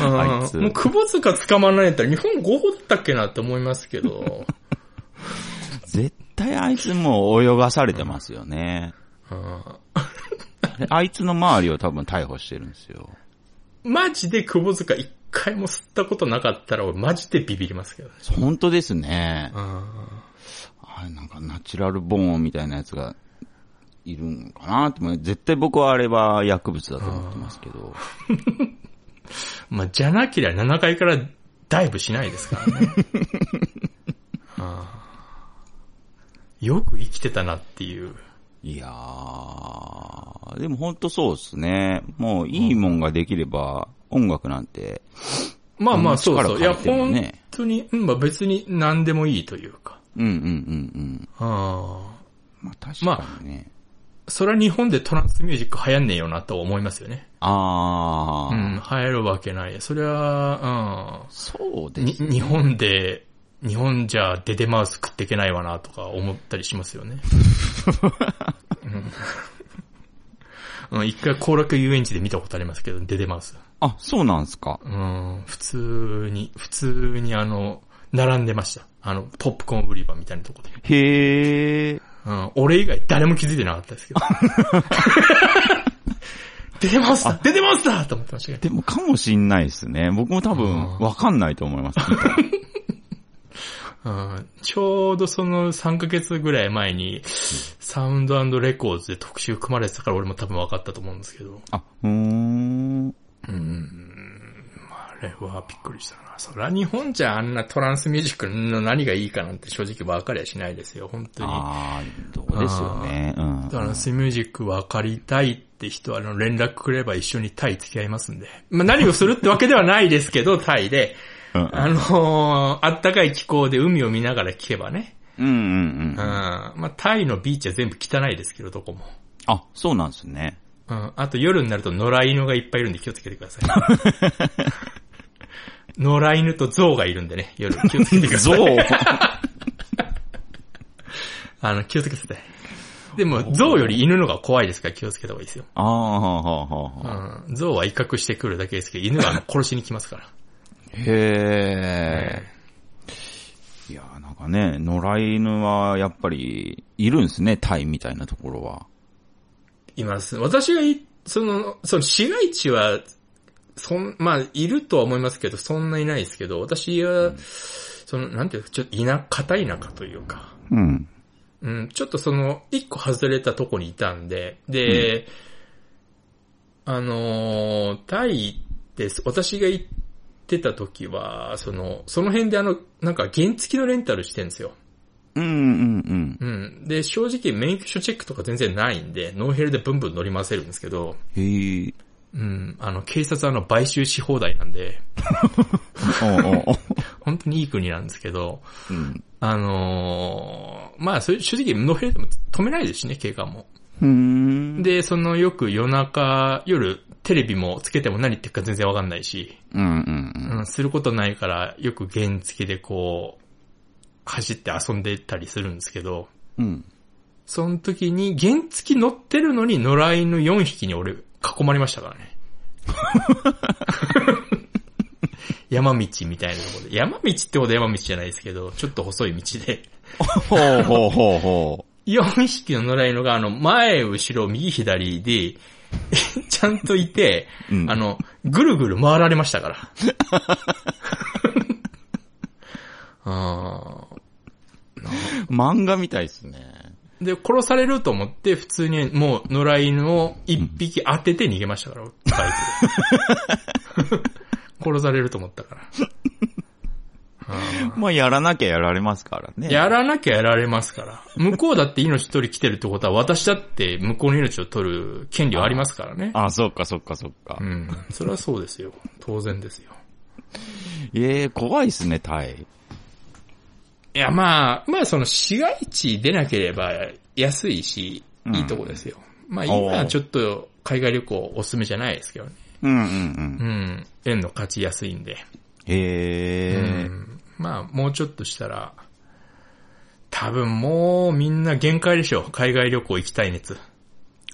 あいつ
うんもう窪塚捕まらないんやったら日本5歩だったっけなって思いますけど。
絶対あいつもう泳がされてますよね。
うん
であいつの周りを多分逮捕してるんですよ。
マジで窪塚一回も吸ったことなかったら俺マジでビビりますけどね。
本当ですね。
うん
あれなんかナチュラルボーンみたいなやつがいるんかなって思う。絶対僕はあれは薬物だと思ってますけど。
まあ、じゃなきゃ7階からダイブしないですから ね。うんよく生きてたなっていう。
いやー、でも本当そうですね。もういいもんができれば音楽なんて。
まあまあ、
こん
そう
な
そ
力
う。いや、
借りてもね
本当に、うんまあ別に何でもいいというか。
うんうんうんうん。
ああ
まあ確かにね。
それは日本でトランスミュージック流行んねえよなとは思いますよね。
あ
う
ー、
ん、流行るわけない。それは、うん。
そうで
に
すね。
日本で、日本じゃデデマウス食っていけないわなとか思ったりしますよね。うんうん一回後楽遊園地で見たことありますけど、デデマウス。
あ、そうなんですか。
うん、普通に、普通にあの、並んでました。あの、ポップコーン売り場みたいなとこで。
へー。
うん、俺以外誰も気づいてなかったですけど。デデマウスだデデマウスだと思ってましたけど。
でもかもしんないですね。僕も多分わかんないと思います。
うんちょうどその3ヶ月ぐらい前に、サウンドレコーズで特集組まれてたから俺も多分分かったと思うんですけど。
あ、うーん。
あれはびっくりしたな。そりゃ日本じゃあんなトランスミュージックの何がいいかなんて正直分かりゃしないですよ、本当に。
あー、どうですよね。うん。
トランスミュージック分かりたいって人はあの連絡くれれば一緒にタイ付き合いますんで。まあ、何をするってわけではないですけど、 タイで。
うん
あのーあったかい気候で海を見ながら聴けばね。
うんうんう
うん
ん。
まあ、タイのビーチは全部汚いですけど、どこも。
あ、そうなんですね。
うん。あと夜になると野良犬がいっぱいいるんで気をつけてくだ さい。野良犬と象がいるんでね、夜気をつけてください。
象
あの、気をつけてください。でも、象より犬の方が怖いですから気をつけた方がいいですよ。
あー、はあはあ
う
はあ。
ん。象は威嚇してくるだけですけど、犬はあの殺しに来ますから。
へー。いやーなんかね、野良犬はやっぱりいるんですね、タイみたいなところは。
います。私がい、その、その市街地は、そん、まあ、いるとは思いますけど、そんないないですけど、私は、その、なんていうか、ちょっと田、片田舎というか、
うん。
うん、ちょっとその、一個外れたとこにいたんで、で、あのータイです。私が行ってた時は、その、その辺であの、なんか原付きのレンタルしてんですよ。
うんうんうん。
うん。で、正直免許証チェックとか全然ないんで、ノーヘルでブンブン乗り回せるんですけど、
へー。
うん、あの、警察はあの、買収し放題なんで、
おうおうおう
本当にいい国なんですけど、
うん。
あのーまあ、それ正直ノーヘルでも止めないですしね、警官も。
うーん。
で、そのよく夜中、夜、テレビもつけても何言ってるか全然わかんないし、
うんうんうん。
うん、することないから、よく原付でこう、走って遊んでたりするんですけど、
うん。
その時に原付乗ってるのに野良犬4匹に俺囲まれましたから ね。山道みたいなところで。山道ってほど山道じゃないですけど、ちょっと細い道で。
ほうほうほうほ
4匹の野良犬が、あの、前、後ろ、右、左で、 ちゃんといて、
うん
あの、ぐるぐる回られました から。あー
う。漫画みたいですね。
で、殺されると思って、普通にもう野良犬を一匹当てて逃げましたから、バイ クで。殺されると思ったから。
まあ、やらなきゃやられますからね。
やらなきゃやられますから。向こうだって命取り来てるってことは、私だって向こうの命を取る権利はありますからね。
あ、そっかそっかそっか。
うん。それはそうですよ。当然ですよ。
ええ怖いっすね、タイ。
いや、まあ、まあ、その市街地出なければ安いし、
うん
いいとこですよ。まあ、今
おう
はちょっと海外旅行おすすめじゃないですけどね。
うんうんう。
うんん。円の価値安いんで。
ええ
うんまあ、もうちょっとしたら、多分もうみんな限界でしょ。海外旅行行きたい熱。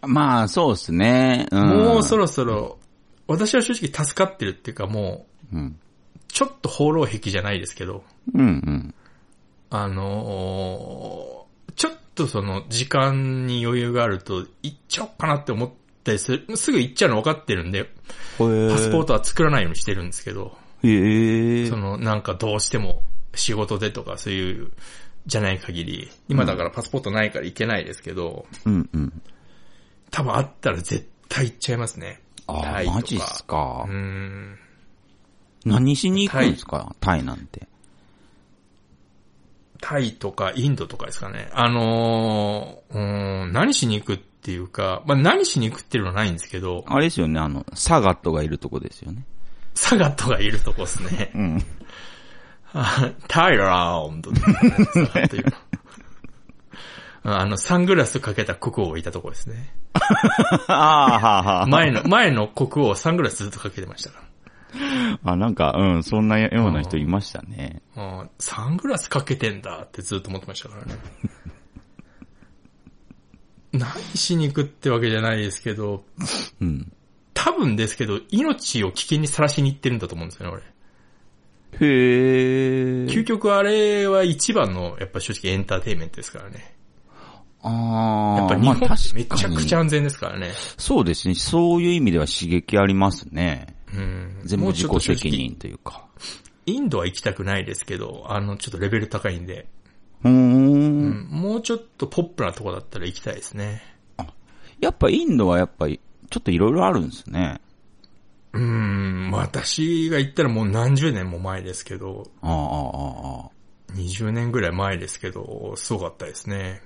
まあ、そうっすね。うん、
もうそろそろ、私は正直助かってるっていうかもう、
うん。
ちょっと放浪癖じゃないですけど、
うんうん。
あのーちょっとその時間に余裕があると行っちゃおうかなって思ったりする、すぐ行っちゃうの分かってるんで、パ
パ
スポー
ト。
トは作らないようにしてるんですけど、
ええ
そのなんかどうしても仕事でとかそういう、じゃない限り、今だからパスポートないから行けないですけど、
うんうん。
多分あったら絶対行っちゃいますね。
あ
タ
あ、
イとか
マジっすか
うー。ん。
何しに行くんですかタイなんて。
タイとかインドとかですかね。あのー、うーん、何しに行くっていうか、まあ、何しに行くっていうのはないんですけど、
あれですよね、あの、サガットがいるとこですよね。
サガットがいるとこですね。
うん。
あ タイラーンドっていう。 あの、サングラスかけた国王がいたとこですね。
あ あ、はあはあ。
前の、前の国王サングラスずっとかけてましたか
あ、なんか、うん、そんなような人いましたね。
ら。うんサングラスかけてんだってずっと思ってましたからね。 何しに行くってわけじゃないですけど、
うん。
多分ですけど、命を危険にさらしに行ってるんだと思うんですよね、
へえ。
俺。究極あれは一番の、やっぱ正直エンターテインメントですからね。
ああ、
やっぱ日本
まあ
ってめちゃくちゃ
確かに
安全ですからね。
そうですね。そういう意味では刺激ありますね。
うん。
全部
もうち
自
ょっ
己
と正
責
直
任というか。
インドは行きたくないですけど、あの、ちょっとレベル高いんで、
うー。
うんん、もうちょっとポップなとこだったら行きたいですね。
やっぱインドはやっぱり、ちょっといろいろあるんですね。
うん、私が行ったらもう何十年も前ですけど、
ああ、ああ、ああ。
20年ぐらい前ですけど、すごかったですね。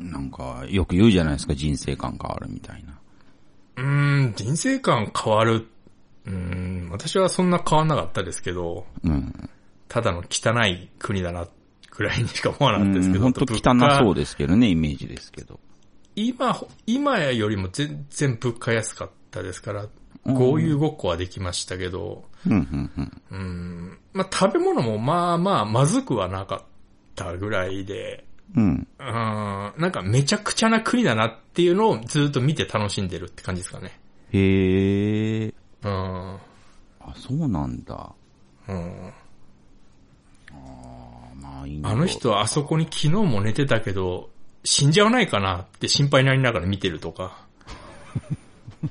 なんか、よく言うじゃないですか、人生観変わるみたいな。
うん、人生観変わる。うん、私はそんな変わんなかったですけど、
うん。
ただの汚い国だな、くらいにしか思わなかったですけど。
本当汚そう
う。
ですけどね、イメージですけど。
今、今よりも全然物価安かったですから、
うん
豪遊ごっこはできましたけど、
うん、うん、うん。
うん。まあ、食べ物もまあまあ、まずくはなかったぐらいで、
うん。
うん、なんかめちゃくちゃな国だなっていうのをずっと見て楽しんでるって感じですかね。
へえ。
うん。
あ、そうなんだ。
うん、
あまあ、インド
あの人はあそこに昨日も寝てたけど、死んじゃわないかなって心配になりながら見てるとか。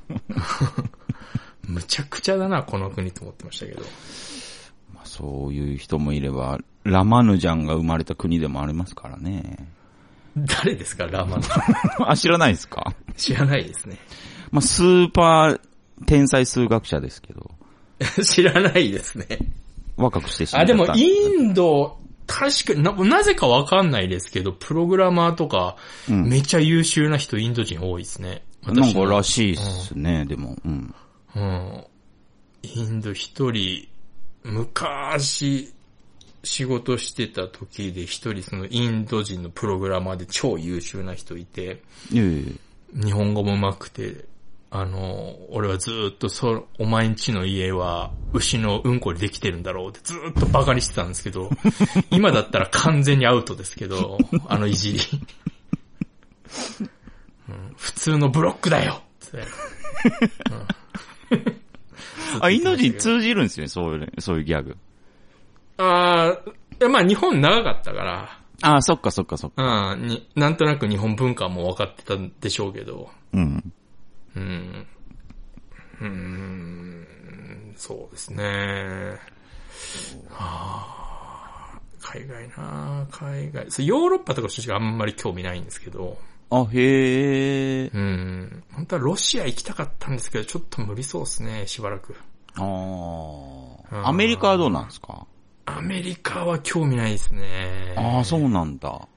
むちゃくちゃだな、この国と思ってましたけど。
まあ、そういう人もいれば、ラマヌジャンが生まれた国でもありますからね。
誰ですか、ラーマン。
あ、知らないですか
知らないですね。
まあ、スーパー天才数学者ですけど、
知らないですね。
若くして死んじゃった。
あ、でも
い
インド、確かにな、なぜかわかんないですけど、プログラマーとか、
うん
めちゃ優秀な人インド人多いですね。、
なんかららしいっすね、でも。うん。
うん。インド一人、昔、仕事してた時で一人そのインド人のプログラマーで超優秀な人いて、
いやいやいや
日本語も上手くて、あの、俺はずーっとそ、お前んちの家は牛のうんこにできてるんだろうってずーっとバカにしてたんですけ ど、今だったら完全にアウトですけど、あのいじり。うん普通のブロックだよって
あ、インド人通じるんですよね、そういう、そういうギャグ。
ああ、まあ日本長かったから、
あ、そっかそっかそっか。
うん、に、なんとなく日本文化も分かってたんでしょうけど、
うん。
うん。うーん、そうですね。はあ海外な海外。そうヨーロッパとか正直あんまり興味ないんですけど、
あ、へえ。
うん。本当はロシア行きたかったんですけど、ちょっと無理そうですね、しばらく。
ああ。アメリカはどうなんですか
アメリカは興味ないですね。
ああ、そうなんだ。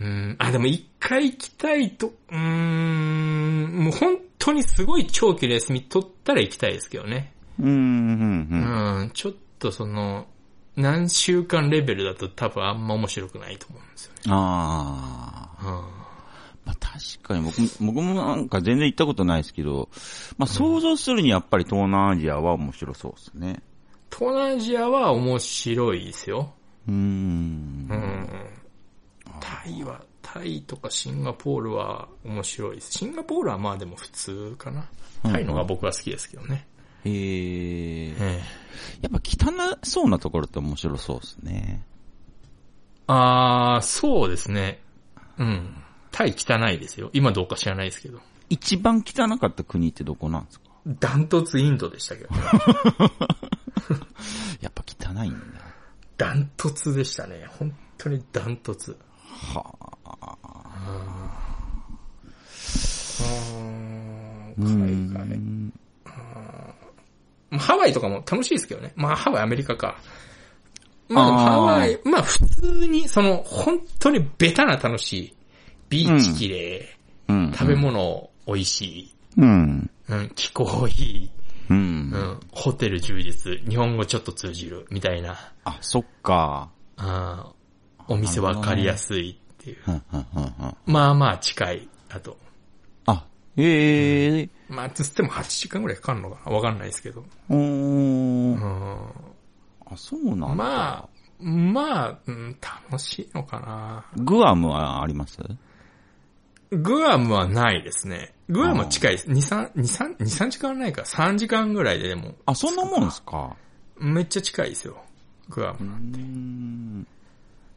うん。あ、でも一回行きたいと、うーん、もう本当にすごい長期レース見とったら行きたいですけどね。
うん、うん、うん。
うん、ちょっとその、何週間レベルだと多分あんま面白くないと思うんですよね。
ああ。
うん
まあ確かに僕も、僕もなんか全然行ったことないですけど、まあ想像するにやっぱり東南アジアは面白そうですね。
東南アジアは面白いですよ。
うーん
う。ん。タイは、タイとかシンガポールは面白いです。シンガポールはまあでも普通かな。
うん
タイのが僕は好きですけどね。
へえ。
ええ
やっぱ汚そうなところって面白そうですね。
あー、そうですね。うん。タイ汚いですよ。今どうか知らないですけど。
一番汚かった国ってどこなんですか
ダントツインドでしたけどね。
やっぱ汚いんだ。
ダントツでしたね。本当にダントツ。
はあ。
うー
うん
海外。
ん
まあハワイとかも楽しいですけどね。まあハワイアメリカか。まあでも
あー
ハワイ、まあ普通に、その本当にベタな楽しい。ビーチ綺麗、
うん。
食べ物美味しい、
うん。
うん、気候いい、
う。
うんん、ホテル充実、日本語ちょっと通じる、みたいな。
あ、そっか。
あーお店わかりやすいっていう。
うんうんうんうん
まあまあ近い、あと。
あ、ええ
まあ、つっても8時間ぐらいかかるのかなわかんないですけど。
ー。お
う
ー。
ん
あ、そうなんだ。
まあ、まあ、うん、楽しいのかな。
グアムはあります
グアムはないですね。グアムは近いです。2、3、2、3、2、3時間はないか。3時間ぐらいででも、
あ、そんなもんですか
めっちゃ近いですよ。グアムなんて
う。ん。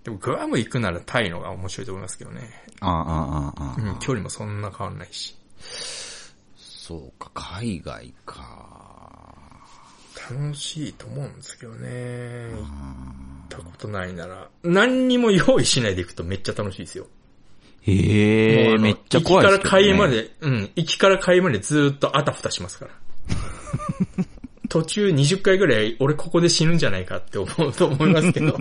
でもグアム行くならタイのが面白いと思いますけどね。
ああ、ああ、ああ。
うん、距離もそんな変わんないし。
そうか、海外か。
楽しいと思うんですけどね。行ったことないなら。何にも用意しないで行くとめっちゃ楽しいですよ。も
へ
う
え
あ
ー、
の
めっちゃ怖いです
行き
け
か
ど、
ら
ね。
帰りまで、うん、行きから帰りまでずーっとあたふたします から。途中20回ぐらい、俺ここで死ぬんじゃないかって思うと思いますけど、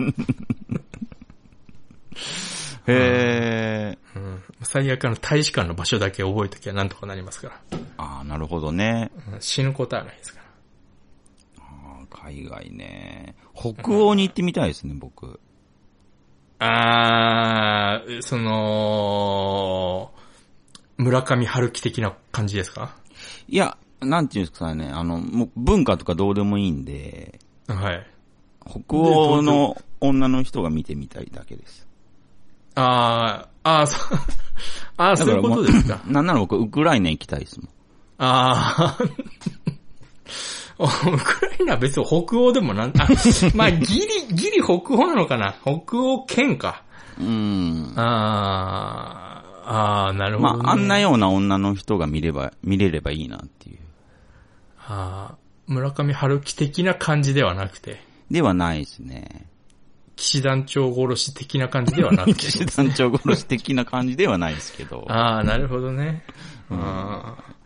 へえ。
うん最悪あの大使館の場所だけ覚えときゃなんとかなりますから、
ああ、なるほどね。
うん死ぬことはないですから。
あー海外ね。北欧に行ってみたいですね、僕。
あー、その、村上春樹的な感じですか
いや、なんていうんですかね、あの、もう文化とかどうでもいいんで、
はい。
北欧の女の人が見てみたいだけです。
あー、あー、そう、 あー、
だ
そういうこ
も
とですか。
なんなら僕、ウクライナ行きたいですもん。
ああ。 ウクライナは別に北欧でもなん、あ、まあ、ギリ、ギリ北欧なのかな。北欧圏か。
うーん。
ああ、ああ、なるほ
ま
ど、ね。
あ、あんなような女の人が見れば、見れればいいなっていう。
あー村上春樹的な感じではなくて、
ではないですね。
騎士団長殺し的な感じではなくて
騎。士団長殺し的な感じではないですけど。
ああ、なるほどね。あー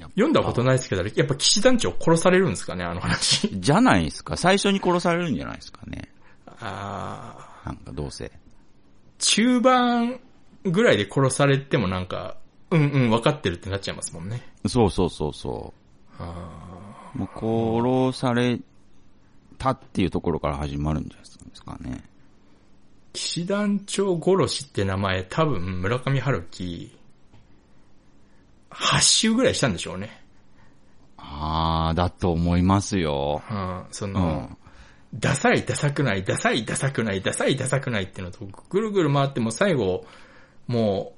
やっぱ
読んだことないですけど、やっぱ騎士団長殺されるんですかね、あの話。
じゃないですか。最初に殺されるんじゃないですかね。
ああ。
なんかどうせ。
中盤ぐらいで殺されてもなんか、うんうん、分かってるってなっちゃいますもんね。
そうそうそうそう。もう殺されたっていうところから始まるんじゃないですかね。
騎士団長殺しって名前、多分村上春樹、8周ぐらいしたんでしょうね。
あー、だと思いますよ。
うん、そうの、
ん。
ダサいダサくない、ダサいダサくない、ダサいダサくないっていうのと、ぐるぐる回ってもう最後、も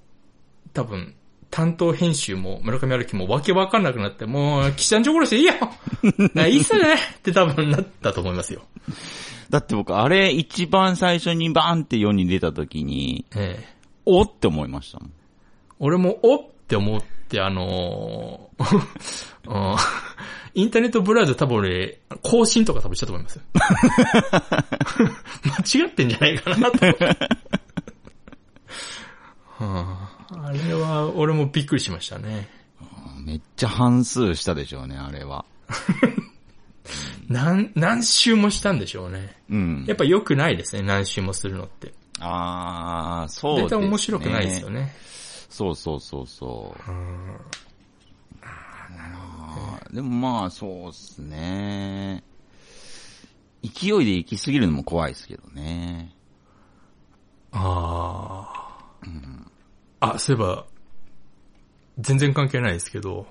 う、多分、担当編集も村上春樹もわけわかんなくなって、もう、騎士団長殺しでいいや いいっすねって多分なったと思いますよ。
だって僕、あれ一番最初にバーンって世に出た時に、
ええ
おって思いましたもん。
俺も、おって思って、あのーうんインターネットブラウザ多分俺、更新とか多分したと思い ます。間違ってんじゃないか なと。はあ、あれは、俺もびっくりしましたね。
めっちゃ半数したでしょうね、あれは。
何、何周もしたんでしょうね。
うん
や。っぱ良くないですね、何周もするのって。
ああ、そう
絶
です
対
ね。
面白くないですよ
ね。
ね。
そうそうそうそう。あーでもまあ、そうっすね。勢いで行き過ぎるのも怖いですけどね。
ああ、あ、そういえば、全然関係ないですけど、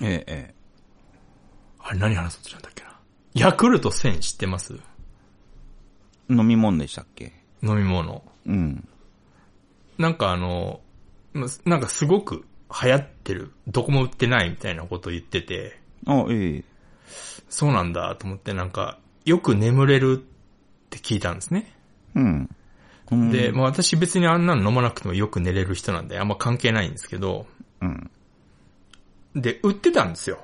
ええ、え
あれ何話そうとしたんだっけな。ヤクルト1000知ってます
え。飲み物でしたっけ
飲み物。
うん。
なんかあの、まなんかすごく流行ってる。どこも売ってないみたいなこと言ってて、
あ、ええ。
そうなんだと思ってなんか、よく眠れるって聞いたんですね。
うん。うん
で、、まあ私別にあんなの飲まなくてもよく寝れる人なんであんま関係ないんですけど、
うん。
で、売ってたんですよ。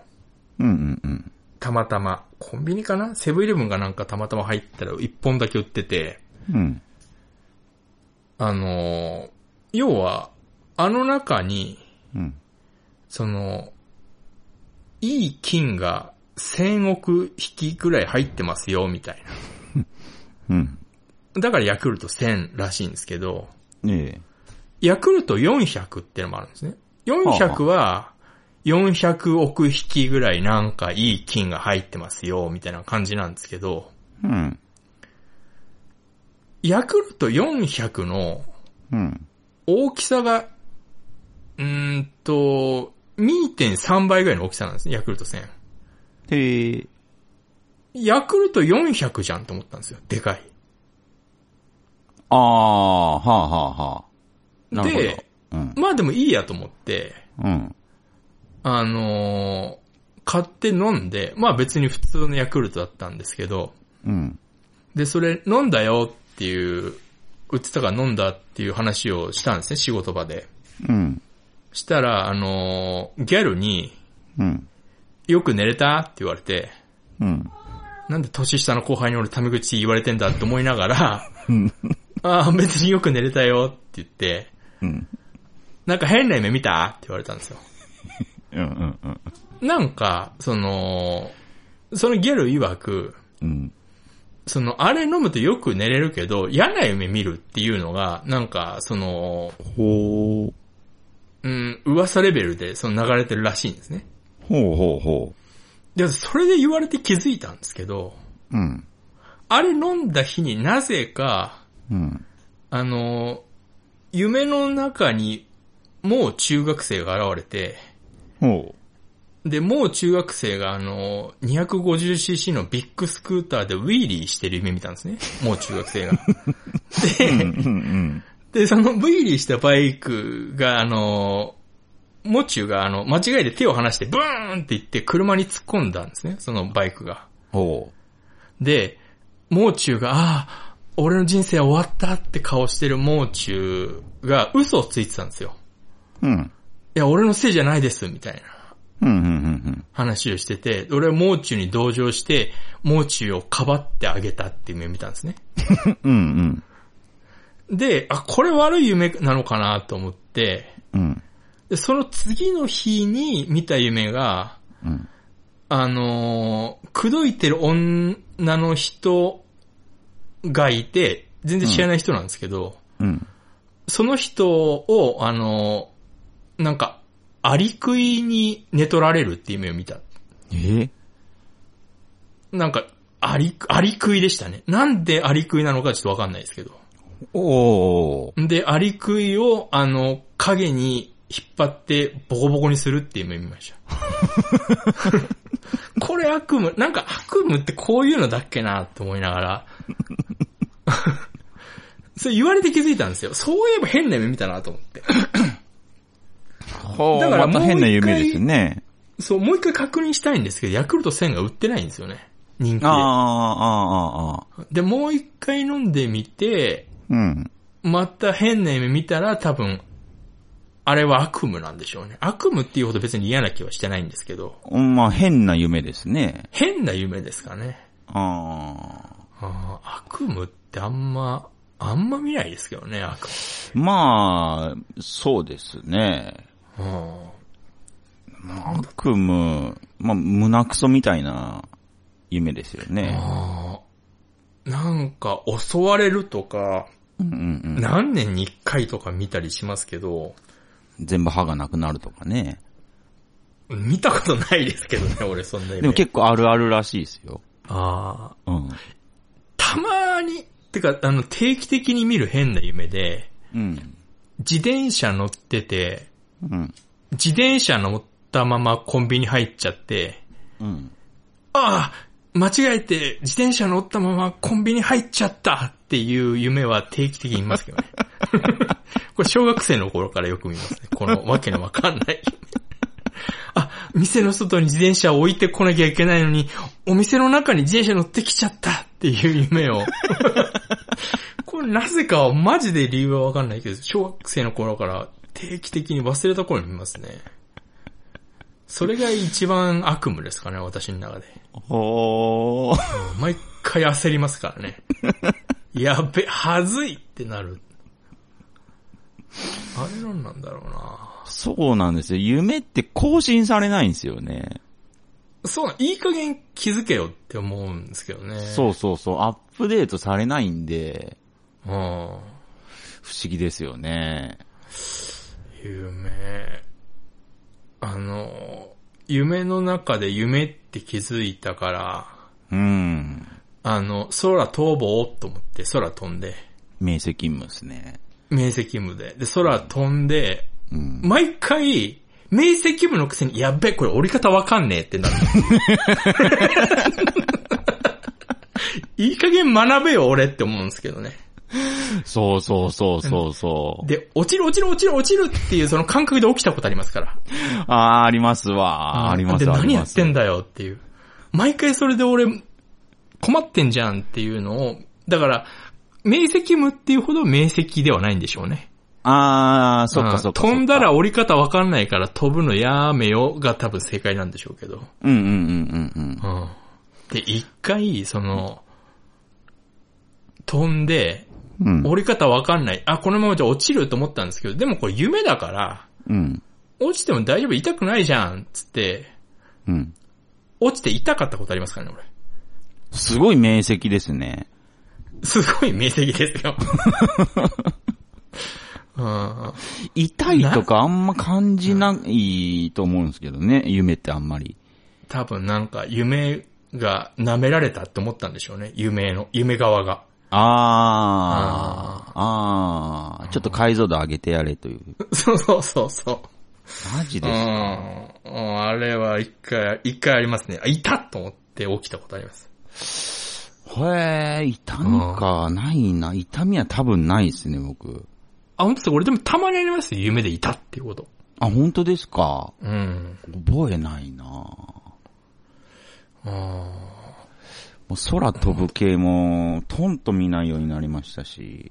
うんうんうん。
たまたま。コンビニかなセブンイレブンがなんかたまたま入ったら1本だけ売ってて、
うん。
あのー要は、あの中に、
うん。
その、いい金が1000億匹くらい入ってますよ、みたい
うん。
な。だからヤクルト1000らしいんですけど、
ええ。
ヤクルト400ってのもあるんですね。400は、400億匹ぐらいなんかいい金が入ってますよ、みたいな感じなんですけど、
うん。
ヤクルト400の
うん。
大きさが、うーんと、2.3倍ぐらいの大きさなんですね、ヤクルト1000。
へえ。
ヤクルト400じゃんと思ったんですよ。でかい。
ああ、はあはあはあ。なるほど
で、。
うん。
まあでもいいやと思って、
うん。
あのー買って飲んで、まあ別に普通のヤクルトだったんですけど、
うん。
で、それ飲んだよっていう、売ってたから飲んだっていう話をしたんですね、仕事場で。
うん。
したら、あのーギャルに、
うん。
よく寝れたって言われて、
うん。
なんで年下の後輩に俺タメ口言われてんだって思いなが ら、ああ、別によく寝れたよって言って、
うん。
なんか変な夢見たって言われたんですよ。
うん。うん。うん。
なんか、その、そのギャル曰く、
うん。
その、あれ飲むとよく寝れるけど、嫌な夢見るっていうのが、なんか、その、
ほ
う
う。
ん、噂レベルで、その流れてるらしいんですね。
ほうほうほ
で、それで言われて気づいたんですけど、
う。うん。
あれ飲んだ日になぜか、
うん。
あの、夢の中に、もう中学生が現れて、
ほ
で、もう中学生があの、250cc のビッグスクーターでウィーリーしてる夢見たんですね。もう中学生が。
う。うん。うん。
で、で、そのウィーリーしたバイクがあの、もちゅがあの、間違えて手を離してブーンって言って車に突っ込んだんですね。そのバイクが。
ほ
で、もう中が、ああ、俺の人生は終わったって顔してるもう中が嘘をついてたんですよ。
う。うん。
いや、俺のせいじゃないです、みたいな。
うん。うん。うん。
話をしてて、俺はもう中に同情して、もう中をかばってあげたっていう夢を見たんですね。
うん。うん。
で、あ、これ悪い夢なのかなと思って、
うん。
で、その次の日に見た夢が、
うん。
あのー、口説いてる女の人がいて、全然知らない人なんですけど、
うん。
その人を、あのー、なんか、アリクイに寝取られるっていう夢を見た。
え
なんか、アリ、アリ食いでしたね。なんでアリ食いなのかちょっとわかんないですけど。
おー。
で、アリ食いを、あの、影に引っ張ってボコボコにするっていう夢見ました。これ悪夢、なんか悪夢ってこういうのだっけなって思いながら。 それ言われて気づいたんですよ。そういえば変な夢見たなと思って。
ほ
だ
う。
から
また変な夢ですね。
そう、もう一回確認したいんですけど、ヤクルト1000が売ってないんですよね。人気
あ
で
あ、ああ、ああ。
で、もう一回飲んでみて、
うん。
また変な夢見たら多分、あれは悪夢なんでしょうね。悪夢っていうほど別に嫌な気はしてないんですけど、
うんまあ、変な夢ですね。
変な夢ですかね。
ああ。
ああ、悪夢ってあんま、あんま見ないですけどね、悪
まあ、そうですね。
夢。うん
まあ悪夢、まあ、胸クソみたいな夢ですよね。
ああ、なんか襲われるとか、
うんうん
何年に一回とか見たりしますけど、
うん。全部歯がなくなるとかね。
見たことないですけどね、俺そんな夢。
でも結構あるあるらしいですよ。
ああ、
うん。
たまに、てか、あの、定期的に見る変な夢で、
うん。
自転車乗ってて、
うん。
自転車乗ったままコンビニ入っちゃって、
うん。
ああ間違えて自転車乗ったままコンビニ入っちゃったっていう夢は定期的に見ますけ どね。これ小学生の頃からよく見ますね。このわけのわかんない。 あ、店の外に自転車を置いてこなきゃいけないのに、お店の中に自転車乗ってきちゃったっていう夢 を。これなぜかはマジで理由はわかんないけど、小学生の頃から定期的に忘れた頃に見ますね。それが一番悪夢ですかね、私の中で。
ほー。
毎回焦りますからね。やべ、はずいってなる。あれなんなんだろうな
そうなんですよ。夢って更新されないんですよね。
そう、いい加減気づけよって思うんですけどね。う。
そうそうそう。アップデートされないんで、
うん。
不思議ですよね。
夢。あの、夢の中で夢って気づいたから、
うん。
あの、空飛ぼうと思って空飛んで、
明晰夢ですね。
明晰夢で。で、空飛んで、
うん。
毎回、明晰夢のくせに、やっべ、これ折り方わかんねえってな る。いい加減学べよ、俺って思うんですけどね。
そうそうそうそう そう。
で、落ちる落ちる落ちる落ちるっていうその感覚で起きたことありますから。
あー、ありますわ。あります
で、
あり
何や
ま
っ
す。
てんだよっていう。毎回それで俺、困ってんじゃんっていうのを、だから、明晰夢っていうほど明晰ではないんでしょうね。
あー、そっ
うん
かそっか。
飛んだ
そっ
ら
か、
折り方わかんないから飛ぶのやめよが多分正解なんでしょうけど。
うんうんうんうんうん。
うん。で、一回、その、飛んで、
うん。
折り方わかんない。あ、このままじゃ落ちると思ったんですけど、でもこれ夢だから、
うん。
落ちても大丈夫、痛くないじゃん、つって、
うん。
落ちて痛かったことありますからね、俺。
すごい明晰ですね。
すごい明晰ですよ。 うん。
痛いとかあんま感じないと思うんですけどね。夢ってあんまり。
多分なんか、夢が舐められたって思ったんでしょうね、夢の、夢側が。
あー。あー。ちょっと解像度上げてやれという。
そうそうそうそう。
マジです。
うんうん。あれは一回、一回ありますね。あ、いたと思って起きたことあります。
へえ、痛みか、ないな。痛みは多分ないですね、僕。
あ、本当です俺でもたまにありますよ夢でいたっていうこと。
あ、本当ですか。
うん。
覚えないなもう空飛ぶ系も、トンと見ないようになりましたし。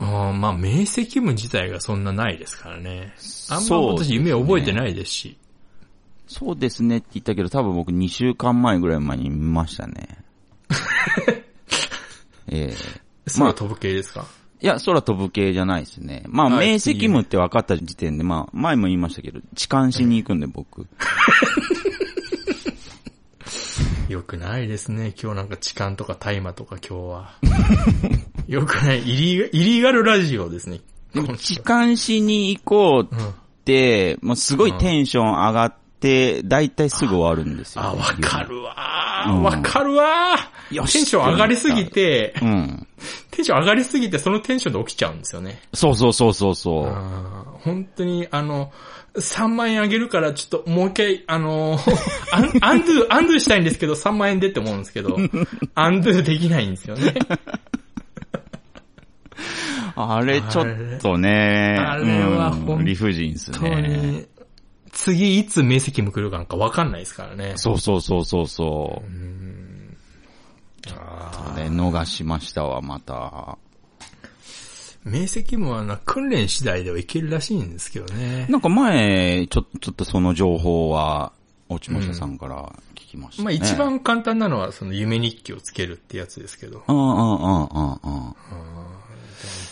うん、まあ、明晰夢自体がそんなないですからね。あんま
そうです
私
ね
夢覚えてないですし。
そうですねって言ったけど、多分僕2週間前ぐらい前に見ましたね。ええま
空
あ
飛ぶ系ですか、
いや、空飛ぶ系じゃないですね。まあ、
はい
明晰夢って分かった時点で、まあ、前も言いましたけど、痴漢しに行くんで僕。
よくないですね。今日なんか痴漢とか大麻とか今日は。よくない。イリーガイリーガルラジオですね。
でも痴漢しに行こうって、もうすごいテンション上がって、だいたいすぐ終わるんですよ。
あ、わかるわー
うん
わかるわー
よし
テンション上がりすぎて、
うん。
テンション上がりすぎて、そのテンションで起きちゃうんですよね。
そうそうそうそうそう。
あー本当に、あの、3万円あげるから、ちょっともう一回、あ のー、アンアンドゥ、アンドゥしたいんですけど、3万円でって思うんです けど、アンドゥできないんですよね。
あれちょっとね、
あれは
うん
本当に
理不尽です
本当
ね。
に、次いつ明晰夢来るかなんかわかんないですからね。
そうそうそうそうそう。
あ
ね、逃しましたわ、また。
明晰夢はな、訓練次第ではいけるらしいんですけどね。
なんか前、ちょ、ちょっとその情報は、落ちましたさんから聞きました、ね
まあ一。番簡単なのは、その夢日記をつけるってやつですけど。
うんうんうんうんうん。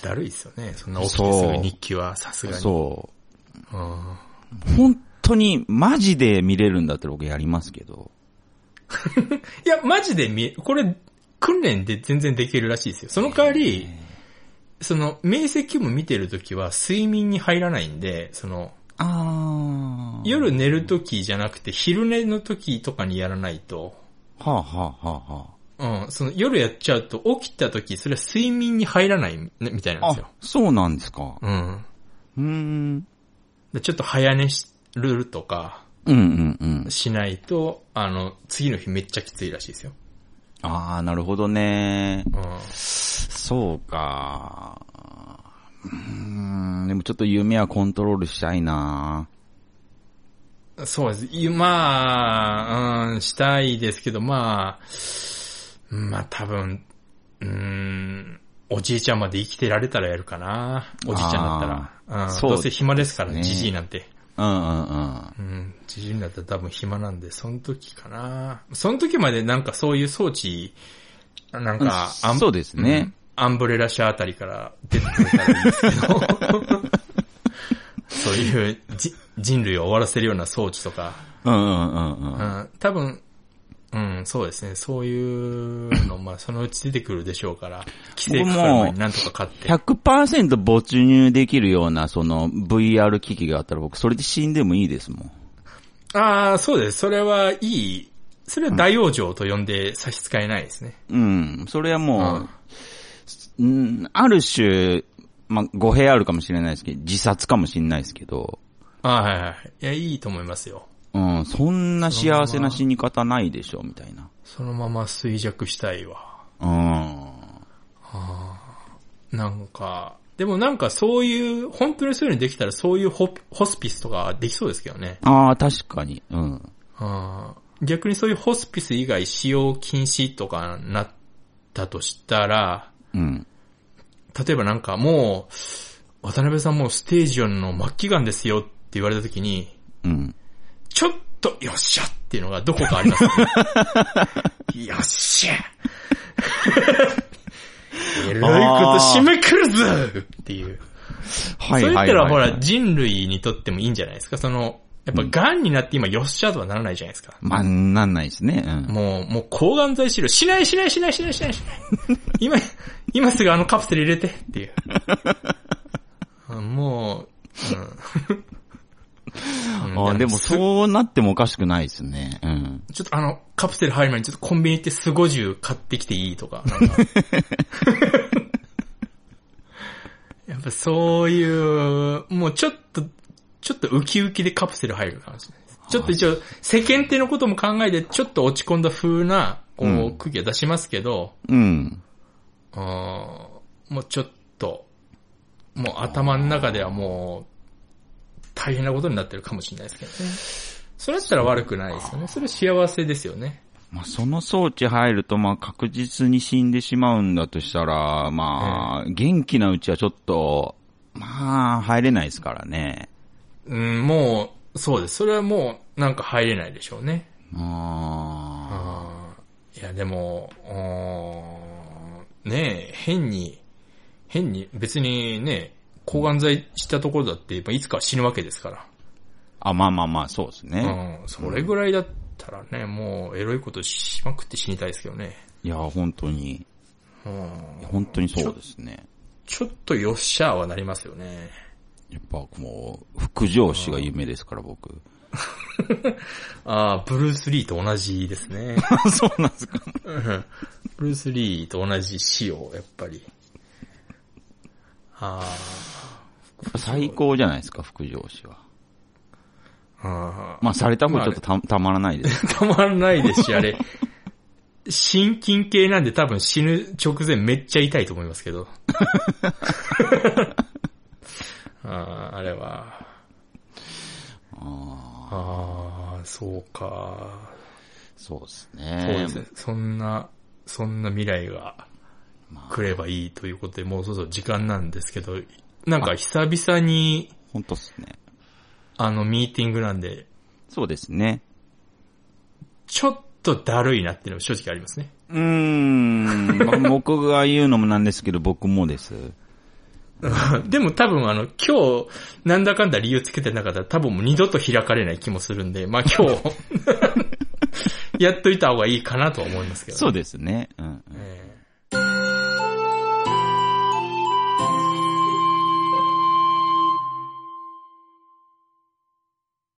だるいっすよね。そんな起きてすぐ日記はさすがに。
そ
うん
う。本当に、マジで見れるんだったら僕やりますけど。
いや、マジで見え、これ、訓練で全然できるらしいですよ。その代わり、その、明晰夢見てるときは睡眠に入らないんで、その、
あー。
夜寝るときじゃなくて昼寝のときとかにやらないと、
はあ、はあはあは
うん、その夜やっちゃうと起きたときそれは睡眠に入らないみみたいな
あ、
んですよ
あ。、そうなんですか。
うん。
うーん。
でちょっと早寝しるとか
うんうんうん。
しないと、あの、次の日めっちゃきついらしいですよ。
あー、なるほどね。
うん。
そうか。うーん、でもちょっと夢はコントロールしたいな
そうです。いまあ、うん、したいですけど、まあ、まあ多分、うん、おじいちゃんまで生きてられたらやるかな。おじいちゃんだったら。
あ
う
ー
ん、
そう
どうせ暇ですから、
ですね
じじいなんて。
うんうんうん。
うん、じじいになったら多分暇なんで、その時かな。その時までなんかそういう装置、なんか、
うんそうですね
うんアンブレラ社あたりから出てくれたら いいですけど。そういうじ人類を終わらせるような装置とか。
うんうんうんうん。
うん多分、うん、そうですね。そういうの、まあ、そのうち出てくるでしょうから、規制かかる前になんとか買って。
100%没入できるような、その VR 機器があったら僕、それで死んでもいいですもん。
ああ、そうです。それはいい。それは大往生と呼んで差し支えないですね。
うん。それはもう、うん、ある種、まあ、語弊あるかもしれないですけど、自殺かもしれないですけど、
ああ、はいはい。いや、いいと思いますよ。
うん、そんな幸せな死に方ないでしょ、みたいな。
そのまま衰弱したいわ。
う
なんか、でもなんかそういう、本当にそういうのできたらそういうホホスピスとかできそうですけどね。
ん。ああ、確かに。うん。
あー逆にそういうホスピス以外使用禁止とかなったとしたら、
うん。
例えばなんかもう、渡辺さんもうステージ4の末期がんですよって言われた時に、
うん。
ちょっとよっしゃっていうのがどこかあり ますよね。よっしゃ えらいこと締めくるぞっていう。
はい
そう言
は
っ
い
たら
はい
ほ
はい
ら人類にとってもいいんじゃないですか。その、やっぱ癌になって今よっしゃとはならないじゃないですか。
まあ、なんないですね。うん。
もう、もう抗がん剤治療しないしないしないしないしないしない。今、今すぐあのカプセル入れてっていう。 あもう、うん うん。
あーでも
す
そうなってもおかしくないですね。うん。
ちょっとあの、カプセル入る前にちょっとコンビニ行ってスゴジュ買ってきていいとか。なんかやっぱそういう、もうちょっと、ちょっとウキウキでカプセル入るかもしれないです。ちょっと一応、世間体のことも考えて、ちょっと落ち込んだ風な、こ
う
う、
ん
空気は出しますけど、
うん。
あーもうちょっと、もう頭の中ではもう、大変なことになってるかもしれないですけどね。それだったら悪くないですよね。それ幸せですよね。
まあ、その装置入ると、まあ、確実に死んでしまうんだとしたら、まあ、元気なうちはちょっと、まあ、入れないですからね。
うん、もう、そうです。それはもう、なんか入れないでしょうね。
あ
あーいや、でも、うーんねえ、変に、変に、別にね、抗がん剤したところだって、やっぱいつかは死ぬわけですから。
ーあ、まあまあまあ、そうですね。
うん、それぐらいだったらね、もう、エロいことしまくって死にたいですけどね。
いや、本当に、
うん、
本当にそうですね。
ちょっとよっしゃーはなりますよね。
やっぱ、もう、副上司が夢ですから、僕。
ああ、ブルース・リーと同じです ね。
そうなんですか。
うんブルース・リーと同じ死を、やっぱり。あ
やっぱ最高じゃないですか、副上司は。
あ、ああ
まあ、されたもちょっとたたまらないです。
たまらないですし、あれ。心筋系なんで多分死ぬ直前めっちゃ痛いと思いますけど。ああ、あれは。ああ、そうか。
そうです
そ
ね。
うですね。そんな、そんな未来がくればいいということで、もうそうそう時間なんですけど、なんか久々に、
本当っすね。
あの、ミーティングなんで、
そうですね。
ちょっとだるいなっていうのは正直ありますね。
うーん、まあ僕が言うのもなんですけど、僕もです。
でも多分あの、今日、なんだかんだ理由つけてなかったら多分もう二度と開かれない気もする んで、まあ今日、やっといた方がいいかなとは思いますけどね、
そうですね。